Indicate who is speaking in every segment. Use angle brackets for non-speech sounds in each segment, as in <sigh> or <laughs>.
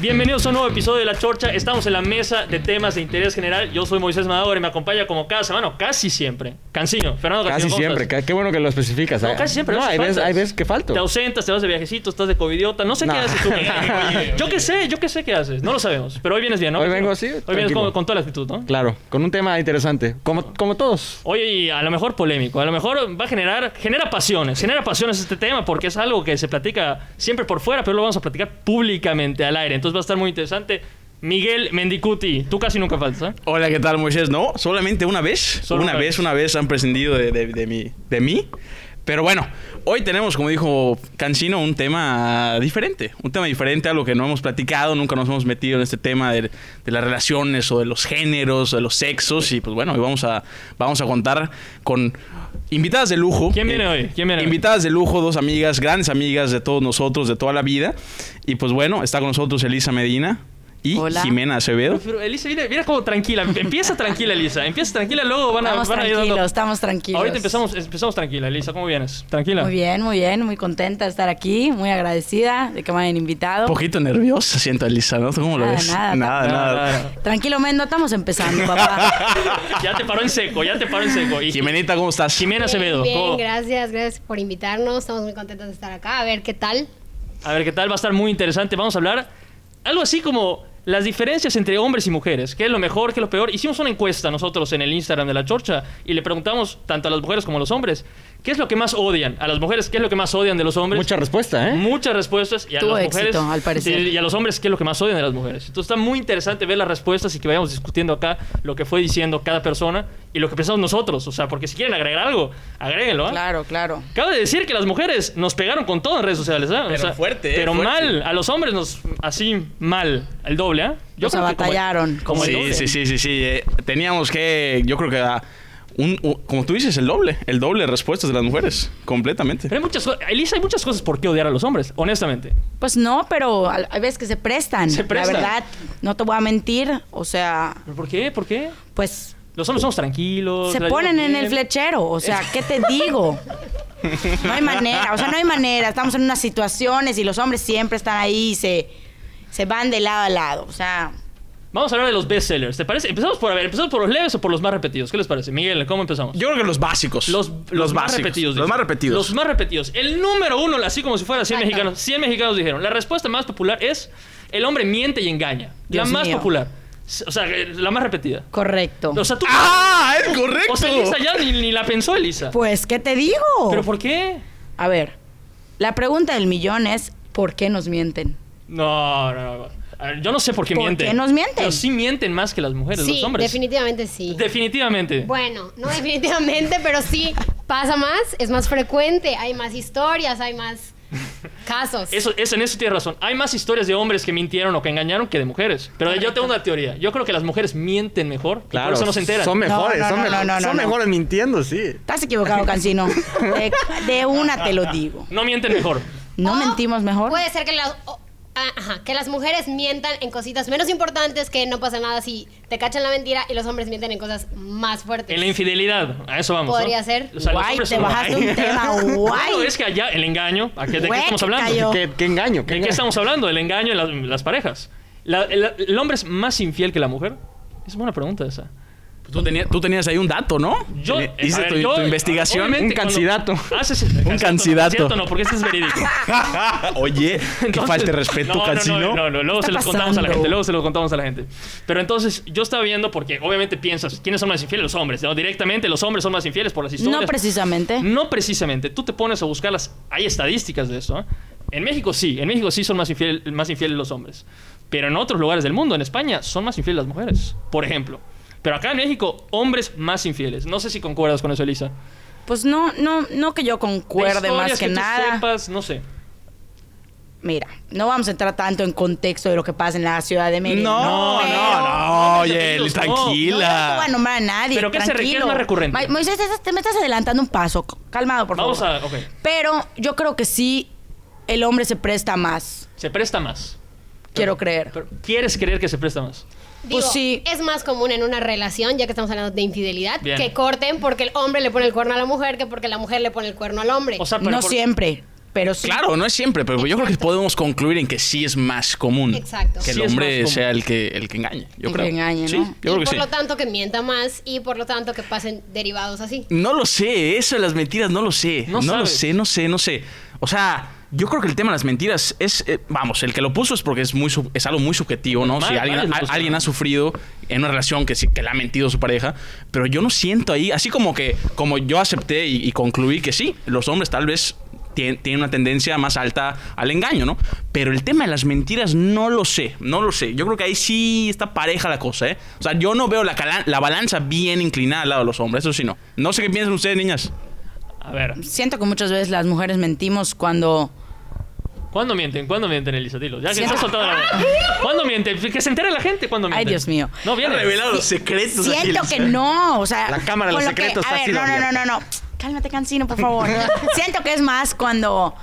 Speaker 1: Bienvenidos a un nuevo episodio de La Chorcha. Estamos en la mesa de temas de interés general. Yo soy Moisés Madagor y me acompaña como cada semana, casi siempre. Cancino, Fernando Cancino.
Speaker 2: Casi
Speaker 1: ¿cómo
Speaker 2: siempre,
Speaker 1: estás?
Speaker 2: ca- qué bueno que lo especificas.
Speaker 1: pues, No,
Speaker 2: ¿eh?
Speaker 1: casi siempre,
Speaker 2: No,
Speaker 1: no hace
Speaker 2: hay veces,
Speaker 1: falta.
Speaker 2: hay veces que falto.
Speaker 1: Te ausentas, te vas de viajecito, estás de covidiota. No sé
Speaker 2: No.
Speaker 1: qué haces
Speaker 2: <laughs>
Speaker 1: tú. yo qué sé, yo qué sé qué haces. No lo sabemos. Pero hoy vienes bien, ¿no?
Speaker 2: Hoy vengo así,
Speaker 1: Hoy vienes
Speaker 2: tranquilo.
Speaker 1: con, con toda la actitud, ¿no?
Speaker 2: Claro, con un tema interesante, como, como todos.
Speaker 1: Hoy a lo mejor polémico, a lo mejor va a generar, genera pasiones, genera pasiones este tema porque es algo que se platica siempre por fuera, pero lo vamos a platicar públicamente al aire, entonces va a estar muy interesante. Miguel Mendicuti, tú casi nunca faltas, ¿eh?
Speaker 3: Hola, ¿qué tal, Moisés? No, solamente una vez.
Speaker 1: Solo
Speaker 3: una
Speaker 1: una
Speaker 3: vez,
Speaker 1: vez.
Speaker 3: una vez han prescindido de, de- de mí, de mí. Pero bueno, hoy tenemos, como dijo Cancino, un tema diferente. Un tema diferente a lo que no hemos platicado, nunca nos hemos metido en este tema de, de las relaciones o de los géneros, o de los sexos. Y pues bueno, hoy vamos a, vamos a contar con invitadas de lujo. Eh,
Speaker 1: ¿Quién viene hoy? ¿Quién viene hoy?
Speaker 3: Invitadas de lujo, dos amigas, grandes amigas de todos nosotros, de toda la vida. Y pues bueno, está con nosotros Elisa Medina y
Speaker 4: Hola.
Speaker 3: Jimena Acevedo.
Speaker 1: Pero Elisa, viene, viene como tranquila, empieza tranquila Elisa, empieza tranquila, luego van a,
Speaker 4: Estamos
Speaker 1: van a ir dando-
Speaker 4: tranquilos, estamos tranquilos.
Speaker 1: Ahorita empezamos, empezamos tranquila, Elisa, ¿cómo vienes? Tranquila.
Speaker 4: Muy bien, muy bien, muy contenta de estar aquí, muy agradecida de que me hayan invitado.
Speaker 3: Un poquito nerviosa, siento, Elisa, ¿no? ¿Tú ¿Cómo lo
Speaker 4: Nada,
Speaker 3: ves?
Speaker 4: nada,
Speaker 1: Nada,
Speaker 3: nada. <laughs>
Speaker 1: nada.
Speaker 4: Tranquilo, Mendo, estamos
Speaker 1: <laughs>
Speaker 4: empezando, papá.
Speaker 1: Ya te paró en seco, ya te paró en seco. Y
Speaker 3: Jimenita, ¿cómo estás?
Speaker 1: Jimena Acevedo,
Speaker 5: Bien,
Speaker 1: ¿cómo?
Speaker 5: bien, gracias, gracias por invitarnos. Estamos muy contentos de estar acá. A ver qué tal.
Speaker 1: A ver qué tal, va a estar muy interesante. Vamos a hablar algo así como las diferencias entre hombres y mujeres. ¿Qué es lo mejor, qué es lo peor? Hicimos una encuesta nosotros en el Instagram de la Chorcha y le preguntamos tanto a las mujeres como a los hombres, ¿qué es lo que más odian? A las mujeres, ¿qué es lo que más odian de los hombres?
Speaker 2: Mucha respuesta, ¿eh?
Speaker 1: Muchas respuestas y a
Speaker 4: Tuvo
Speaker 1: las
Speaker 4: éxito,
Speaker 1: mujeres
Speaker 4: al parecer.
Speaker 1: sí, y a los hombres qué es lo que más odian de las mujeres. Entonces está muy interesante ver las respuestas y que vayamos discutiendo acá lo que fue diciendo cada persona y lo que pensamos nosotros, o sea, porque si quieren agregar algo, agréguenlo. ¿ah?
Speaker 4: claro, claro.
Speaker 1: Cabe de decir que las mujeres nos pegaron con todo en redes sociales, ¿eh? O
Speaker 3: Pero fuerte, ¿eh?
Speaker 1: Pero
Speaker 3: Fuerte.
Speaker 1: mal, a los hombres nos así mal, el doble, ¿eh?
Speaker 4: Nos
Speaker 1: creo que como el-
Speaker 4: abatallaron.
Speaker 1: Como el,
Speaker 3: sí,
Speaker 1: doble.
Speaker 3: sí, sí, sí, sí. eh, teníamos que, yo creo que, ah, un, u- como tú dices, el doble, el doble de respuestas de las mujeres, completamente.
Speaker 1: Pero hay muchas cosas, Elisa, hay muchas cosas por qué odiar a los hombres, honestamente.
Speaker 4: Pues no, pero al- hay veces que se prestan.
Speaker 1: Se prestan.
Speaker 4: La verdad, no te voy a mentir, o sea,
Speaker 1: ¿Pero por qué? ¿Por qué?
Speaker 4: pues
Speaker 1: Los hombres somos tranquilos.
Speaker 4: se
Speaker 1: la
Speaker 4: ponen
Speaker 1: llevan
Speaker 4: en el
Speaker 1: bien.
Speaker 4: flechero, o sea, ¿qué te digo? No hay manera, o sea, no hay manera. Estamos en unas situaciones y los hombres siempre están ahí y se, se van de lado a lado, o sea...
Speaker 1: Vamos a hablar de los bestsellers, ¿te parece? Empezamos por, a ver, empezamos por los leves o por los más repetidos. ¿Qué les parece? Miguel, ¿cómo empezamos?
Speaker 3: Yo creo que los básicos.
Speaker 1: los, los más repetidos.
Speaker 3: Los
Speaker 1: dice.
Speaker 3: más repetidos.
Speaker 1: Los más repetidos. El número uno, así como si fuera 100
Speaker 4: Exacto.
Speaker 1: mexicanos. 100 mexicanos dijeron. La respuesta más popular es el hombre miente y engaña.
Speaker 4: Dios
Speaker 1: la más
Speaker 4: mío.
Speaker 1: popular. O sea, eh, la más repetida.
Speaker 4: Correcto.
Speaker 1: O sea, tú...
Speaker 3: ¡Ah! ¡Es correcto!
Speaker 1: O sea, Elisa ya ni, ni la pensó Elisa.
Speaker 4: Pues, ¿qué te digo?
Speaker 1: ¿Pero por qué?
Speaker 4: A ver, la pregunta del millón es, ¿por qué nos mienten?
Speaker 1: No, no, no. A ver, yo no sé por qué
Speaker 4: ¿Por
Speaker 1: mienten.
Speaker 4: qué nos mienten?
Speaker 1: Pero sí mienten más que las mujeres,
Speaker 5: sí,
Speaker 1: los hombres.
Speaker 5: definitivamente sí.
Speaker 1: Definitivamente.
Speaker 5: bueno, no <laughs> definitivamente, pero sí pasa más, es más frecuente, hay más historias, hay más casos.
Speaker 1: Eso, eso- en eso tienes razón. Hay más historias de hombres que mintieron o que engañaron que de mujeres. Pero yo tengo una teoría. Yo creo que las mujeres mienten mejor. y
Speaker 2: Claro.
Speaker 1: por eso no se enteran.
Speaker 2: Son mejores,
Speaker 4: No, no,
Speaker 2: son,
Speaker 4: no,
Speaker 2: mejores,
Speaker 4: no, no,
Speaker 2: son
Speaker 4: no.
Speaker 2: mejores mintiendo, sí.
Speaker 4: Estás equivocado, Cancino. De, de una te lo digo.
Speaker 1: No mienten mejor.
Speaker 4: ¿No
Speaker 5: O
Speaker 4: mentimos mejor?
Speaker 5: Puede ser que las, o- ah, ajá, que las mujeres mientan en cositas menos importantes, que no pasa nada si te cachan la mentira, y los hombres mienten en cosas más fuertes.
Speaker 1: En la infidelidad. A eso vamos. ¿no?
Speaker 5: Podría ser.
Speaker 1: O sea, los
Speaker 4: guay,
Speaker 1: hombres
Speaker 4: te
Speaker 1: son-
Speaker 4: bajaste
Speaker 1: <laughs>
Speaker 4: un tema, guay.
Speaker 1: No, es que allá el engaño. ¿a qué- ¿De qué
Speaker 4: Güey,
Speaker 1: estamos
Speaker 4: que
Speaker 1: hablando?
Speaker 4: cayó.
Speaker 2: ¿Qué, qué engaño? qué
Speaker 1: ¿De qué
Speaker 2: engaño.
Speaker 1: estamos hablando? El engaño en las, en las parejas. La- el, el hombre es más infiel que la mujer? Es buena pregunta esa.
Speaker 3: Tú, tenías, tú tenías ahí un dato, ¿no?
Speaker 1: Yo,
Speaker 3: Teni- Hice
Speaker 1: a ver,
Speaker 3: Eh, tu,
Speaker 1: yo-
Speaker 3: tu investigación.
Speaker 1: obviamente,
Speaker 2: un candidato.
Speaker 1: cuando haces- cierto, no,
Speaker 3: candidato.
Speaker 1: Cierto, no, porque este es verídico.
Speaker 3: <laughs> Oye, <laughs> qué
Speaker 1: Entonces-
Speaker 3: falta de respeto,
Speaker 1: no, no,
Speaker 3: Cancino.
Speaker 1: No, no, no, luego
Speaker 4: ¿Qué
Speaker 1: se
Speaker 4: está
Speaker 1: los contamos a la
Speaker 4: pasando?
Speaker 1: gente, luego se los contamos a la gente. Pero entonces yo estaba viendo porque obviamente piensas, ¿quiénes son más infieles? Los hombres, ¿no? Directamente los hombres Mm. son más infieles por las historias.
Speaker 4: No precisamente.
Speaker 1: No precisamente. Tú te pones a buscarlas. Hay estadísticas de eso. ¿eh? En México sí. En México sí son más, infiel- más infieles los hombres. Pero en otros lugares del mundo, en España, son más infieles las mujeres. Por ejemplo. Pero acá en México, hombres más infieles. No sé si concuerdas con eso, Elisa.
Speaker 4: Pues no, no, no que yo
Speaker 1: De
Speaker 4: concuerde más
Speaker 1: historias
Speaker 4: que,
Speaker 1: tú
Speaker 4: nada.
Speaker 1: sepas, no sé.
Speaker 4: Mira, no vamos a entrar tanto en contexto de lo que pasa en la ciudad de México.
Speaker 3: No, no,
Speaker 1: pero-
Speaker 3: no, oye,
Speaker 1: No, no,
Speaker 4: No, no te
Speaker 3: tranquila.
Speaker 4: voy a nombrar a nadie.
Speaker 1: Pero ¿qué se requiere?
Speaker 4: tranquilo.
Speaker 1: Es más recurrente.
Speaker 4: Ma- Moisés, te estás- te me estás adelantando un paso. C- Calmado, por favor.
Speaker 1: Vamos a. Ok.
Speaker 4: Pero yo creo que sí, el hombre se presta más.
Speaker 1: Se presta más.
Speaker 4: Quiero creer.
Speaker 1: Pero, ¿Quieres creer que se presta más?
Speaker 5: Digo,
Speaker 4: Pues sí.
Speaker 5: Es más común en una relación, ya que estamos hablando de infidelidad,
Speaker 1: Bien.
Speaker 5: que corten porque el hombre le pone el cuerno a la mujer que porque la mujer le pone el cuerno al hombre.
Speaker 1: O sea, pero
Speaker 4: Eh, no
Speaker 1: por-
Speaker 4: siempre. Pero sí.
Speaker 3: Claro, no es siempre, pero yo creo que podemos concluir en que sí es más común
Speaker 5: Exacto.
Speaker 3: que el
Speaker 1: Sí es más
Speaker 3: hombre
Speaker 1: común.
Speaker 3: sea el que, el que engañe. Yo
Speaker 4: El
Speaker 3: creo.
Speaker 4: que engañe,
Speaker 3: Sí,
Speaker 4: ¿no?
Speaker 3: yo
Speaker 5: Y
Speaker 3: creo que
Speaker 5: por
Speaker 3: sí.
Speaker 5: lo tanto que mienta más y por lo tanto que pasen derivados así.
Speaker 3: No lo sé, eso de las mentiras no lo sé.
Speaker 1: No
Speaker 3: No, lo
Speaker 1: sabes.
Speaker 3: sé, no sé, no sé. O sea, yo creo que el tema de las mentiras es, eh, vamos, el que lo puso es porque es muy sub- es algo muy subjetivo, ¿no?
Speaker 1: Mal-
Speaker 3: si alguien,
Speaker 1: varios lo
Speaker 3: a-
Speaker 1: pusieron.
Speaker 3: alguien ha sufrido en una relación que, sí- que le ha mentido a su pareja, pero yo no siento ahí, así como que como yo acepté y, y concluí que sí, los hombres tal vez tien- tienen una tendencia más alta al engaño, ¿no? Pero el tema de las mentiras no lo sé, no lo sé. Yo creo que ahí sí está pareja la cosa, ¿eh? O sea, yo no veo la, cala- la balanza bien inclinada al lado de los hombres, eso sí no. No sé qué piensan ustedes, niñas.
Speaker 1: A ver,
Speaker 4: Siento que muchas veces las mujeres mentimos cuando.
Speaker 1: ¿cuándo mienten? ¿Cuándo mienten, Elisa? Dilo, ya que
Speaker 4: Siento-
Speaker 1: estás soltando la voz. ¿Cuándo mienten? Que se entere la gente cuando
Speaker 4: Ay,
Speaker 1: mienten.
Speaker 4: Dios mío.
Speaker 1: No, bien.
Speaker 3: los secretos.
Speaker 4: Siento que no, o sea.
Speaker 2: La cámara de
Speaker 4: con
Speaker 2: los
Speaker 4: lo que-
Speaker 2: secretos
Speaker 4: a
Speaker 2: ha
Speaker 4: ver,
Speaker 2: sido
Speaker 4: no, no, no, no,
Speaker 2: abierta.
Speaker 4: no. Cálmate, cansino, por
Speaker 2: <laughs>
Speaker 4: favor. Siento que es más cuando,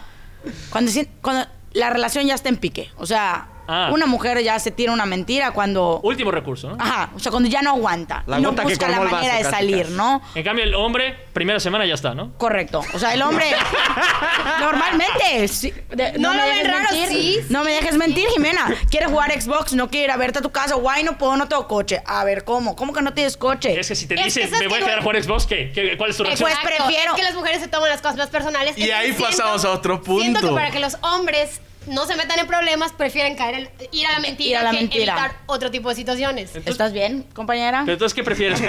Speaker 4: cuando. sien- Cuando la relación ya está en pique. O sea,
Speaker 1: Ah.
Speaker 4: una mujer ya se tira una mentira cuando.
Speaker 1: Último recurso, ¿no?
Speaker 4: Ajá, o sea, cuando ya no aguanta.
Speaker 2: La
Speaker 4: y no
Speaker 2: gota que
Speaker 4: busca la
Speaker 2: colmó el vaso,
Speaker 4: manera de
Speaker 2: casi,
Speaker 4: salir,
Speaker 2: casi.
Speaker 4: ¿no?
Speaker 1: En cambio, el hombre, primera semana ya está, ¿no?
Speaker 4: Correcto. O sea, el
Speaker 1: <laughs>
Speaker 4: hombre normalmente sí, de-
Speaker 5: No lo
Speaker 4: me
Speaker 5: ven
Speaker 4: dejes
Speaker 5: raro,
Speaker 4: mentir,
Speaker 5: sí, sí.
Speaker 4: No me dejes mentir, Jimena. Quieres jugar Xbox, no quiere ir a verte a tu casa. Guay, no puedo, no tengo coche. A ver, ¿cómo? ¿Cómo que no tienes coche?
Speaker 1: Es que si te
Speaker 5: Es que
Speaker 1: dicen,
Speaker 5: esas
Speaker 1: me voy a
Speaker 5: que no-
Speaker 1: quedar a jugar Xbox, ¿qué? ¿Qué- ¿Cuál es tu
Speaker 4: Pues <laughs>
Speaker 1: reacción?
Speaker 4: prefiero-
Speaker 5: Es que las mujeres se toman las cosas más personales.
Speaker 3: Y
Speaker 5: Entonces
Speaker 3: ahí pasamos a otro
Speaker 5: Siento que
Speaker 3: punto.
Speaker 5: para que los hombres no se metan en problemas, prefieren caer en, ir a la mentira,
Speaker 4: Ir a la
Speaker 5: que
Speaker 4: mentira.
Speaker 5: evitar otro tipo de situaciones.
Speaker 4: ¿Estás bien, compañera?
Speaker 1: Pero entonces, ¿qué prefieres? ¿Qué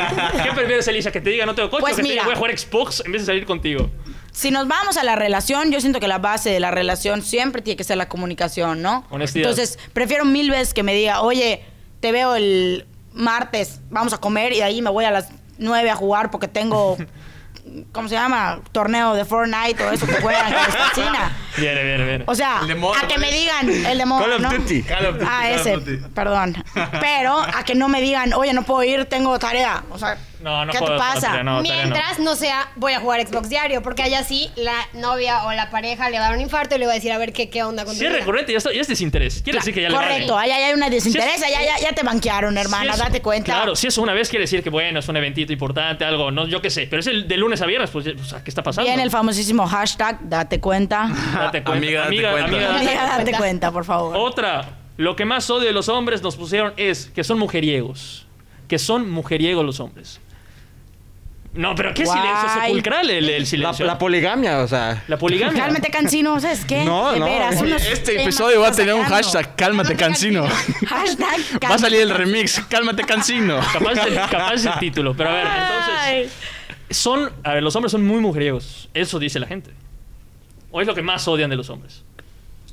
Speaker 1: prefieres, Elisa? ¿Que te diga no tengo coche
Speaker 4: Pues
Speaker 1: o que te diga
Speaker 4: mira.
Speaker 1: voy a jugar Xbox en vez de salir contigo?
Speaker 4: Si nos vamos a la relación, yo siento que la base de la relación siempre tiene que ser la comunicación, ¿no?
Speaker 1: Honestidad.
Speaker 4: Entonces, prefiero mil veces que me diga, oye, te veo el martes, vamos a comer y de ahí me voy a las nueve a jugar
Speaker 1: <laughs>
Speaker 4: porque tengo, ¿cómo se llama? Torneo de Fortnite o eso que juegan que les fascina.
Speaker 1: Viene, viene, viene.
Speaker 4: O sea,
Speaker 3: El de moda,
Speaker 4: a que
Speaker 3: ¿cuál
Speaker 4: me
Speaker 3: es?
Speaker 4: digan el de moda,
Speaker 2: Call of
Speaker 4: ¿no?
Speaker 2: Duty.
Speaker 3: Call of Duty,
Speaker 4: Ah,
Speaker 3: Call of
Speaker 4: ese,
Speaker 3: Duty.
Speaker 1: <laughs>
Speaker 4: perdón. Pero a que no me digan, oye, no puedo ir, tengo tarea. O sea,
Speaker 1: No, no
Speaker 4: ¿qué te
Speaker 1: jodas con la
Speaker 4: pasa?
Speaker 1: tarea, no, tarea no.
Speaker 5: Mientras no sea, voy a jugar Xbox diario, porque allá sí la novia o la pareja le va a dar un infarto y le va a decir a ver qué, qué onda con tu
Speaker 1: Si es
Speaker 5: vida.
Speaker 1: recurrente, ya, está- ya es desinterés. Quiere decir que ya le vale.
Speaker 4: Correcto, allá ya hay una desinterés,
Speaker 1: Sí,
Speaker 4: allá ya, ya te banquearon,
Speaker 1: Si
Speaker 4: hermana,
Speaker 1: es-
Speaker 4: date cuenta.
Speaker 1: Claro, si es una vez quiere decir que bueno, es un eventito importante, algo, no, yo qué sé. Pero es el de lunes a viernes, pues, o sea, ¿qué está pasando?
Speaker 4: Viene el famosísimo hashtag,
Speaker 3: <laughs>
Speaker 4: date cuenta.
Speaker 1: Date cuenta,
Speaker 3: Amiga, date
Speaker 1: amiga,
Speaker 3: cuenta.
Speaker 1: amiga, date
Speaker 4: Amiga,
Speaker 1: cuenta.
Speaker 4: date cuenta, por
Speaker 3: Oh,
Speaker 4: favor.
Speaker 1: Otra, lo que más odio de los hombres nos pusieron es que son mujeriegos. Que son mujeriegos los hombres. No, pero qué
Speaker 4: Guay.
Speaker 1: silencio sepulcral el, el
Speaker 2: La,
Speaker 1: silencio.
Speaker 2: la poligamia, o sea.
Speaker 1: La poligamia.
Speaker 4: Cálmate, cansino, ¿sabes qué?
Speaker 2: No,
Speaker 4: De
Speaker 2: no.
Speaker 4: veras,
Speaker 2: Oye,
Speaker 4: unos
Speaker 3: Este
Speaker 4: temas
Speaker 3: episodio va a tener un
Speaker 4: sacando.
Speaker 3: hashtag, cálmate cansino.
Speaker 4: Hashtag,
Speaker 3: <laughs> Va a salir el remix, cálmate cansino.
Speaker 1: Capaz
Speaker 2: <laughs>
Speaker 1: el, capaz el título, pero a ver, entonces.
Speaker 4: Ay.
Speaker 1: Son, a ver, los hombres son muy mujeriegos. Eso dice la gente. O es lo que más odian de los hombres.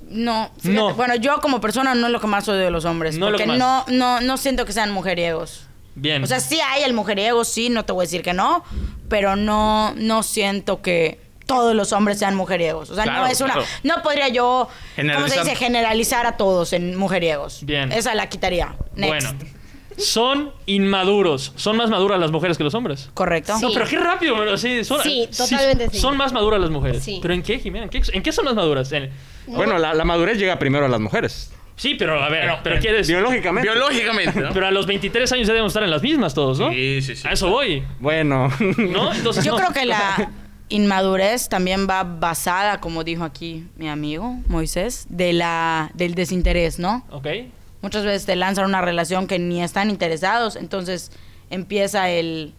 Speaker 4: No, fíjate,
Speaker 1: No.
Speaker 4: bueno, yo como persona no es lo que más odio de los hombres.
Speaker 1: No es lo
Speaker 4: porque
Speaker 1: que
Speaker 4: no,
Speaker 1: más.
Speaker 4: no, no siento que sean mujeriegos.
Speaker 1: Bien.
Speaker 4: O sea, sí hay el mujeriego, sí, no te voy a decir que no, pero no, no siento que todos los hombres sean mujeriegos. O sea,
Speaker 3: Claro,
Speaker 4: no es una.
Speaker 3: claro.
Speaker 4: No podría yo, ¿cómo se
Speaker 3: Generalizar.
Speaker 4: dice? Generalizar a todos en mujeriegos.
Speaker 1: Bien.
Speaker 4: Esa la quitaría. Next.
Speaker 1: bueno. Son inmaduros. Son más maduras las mujeres que los hombres.
Speaker 4: Correcto.
Speaker 5: Sí.
Speaker 1: No, pero qué rápido, pero sí, son,
Speaker 5: Sí, totalmente sí.
Speaker 1: Son más maduras las mujeres.
Speaker 5: Sí.
Speaker 1: ¿Pero en qué, Jimena? ¿En qué, en qué son más maduras? En-
Speaker 2: Bueno, la, la madurez llega primero a las mujeres.
Speaker 1: sí, pero a ver, pero quieres.
Speaker 2: Biológicamente.
Speaker 3: Biológicamente, ¿no?
Speaker 1: Pero a los 23 años ya debemos estar en las mismas todos, ¿no?
Speaker 3: Sí, sí, sí.
Speaker 1: A eso voy,
Speaker 2: bueno. <laughs>
Speaker 1: ¿no? Entonces,
Speaker 4: Pues Yo
Speaker 1: no.
Speaker 4: creo
Speaker 1: <laughs>
Speaker 4: que la inmadurez también va basada, como dijo aquí mi amigo Moisés, de la, del desinterés, ¿no?
Speaker 1: Ok.
Speaker 4: Muchas veces te lanzan una relación que ni están interesados, entonces empieza el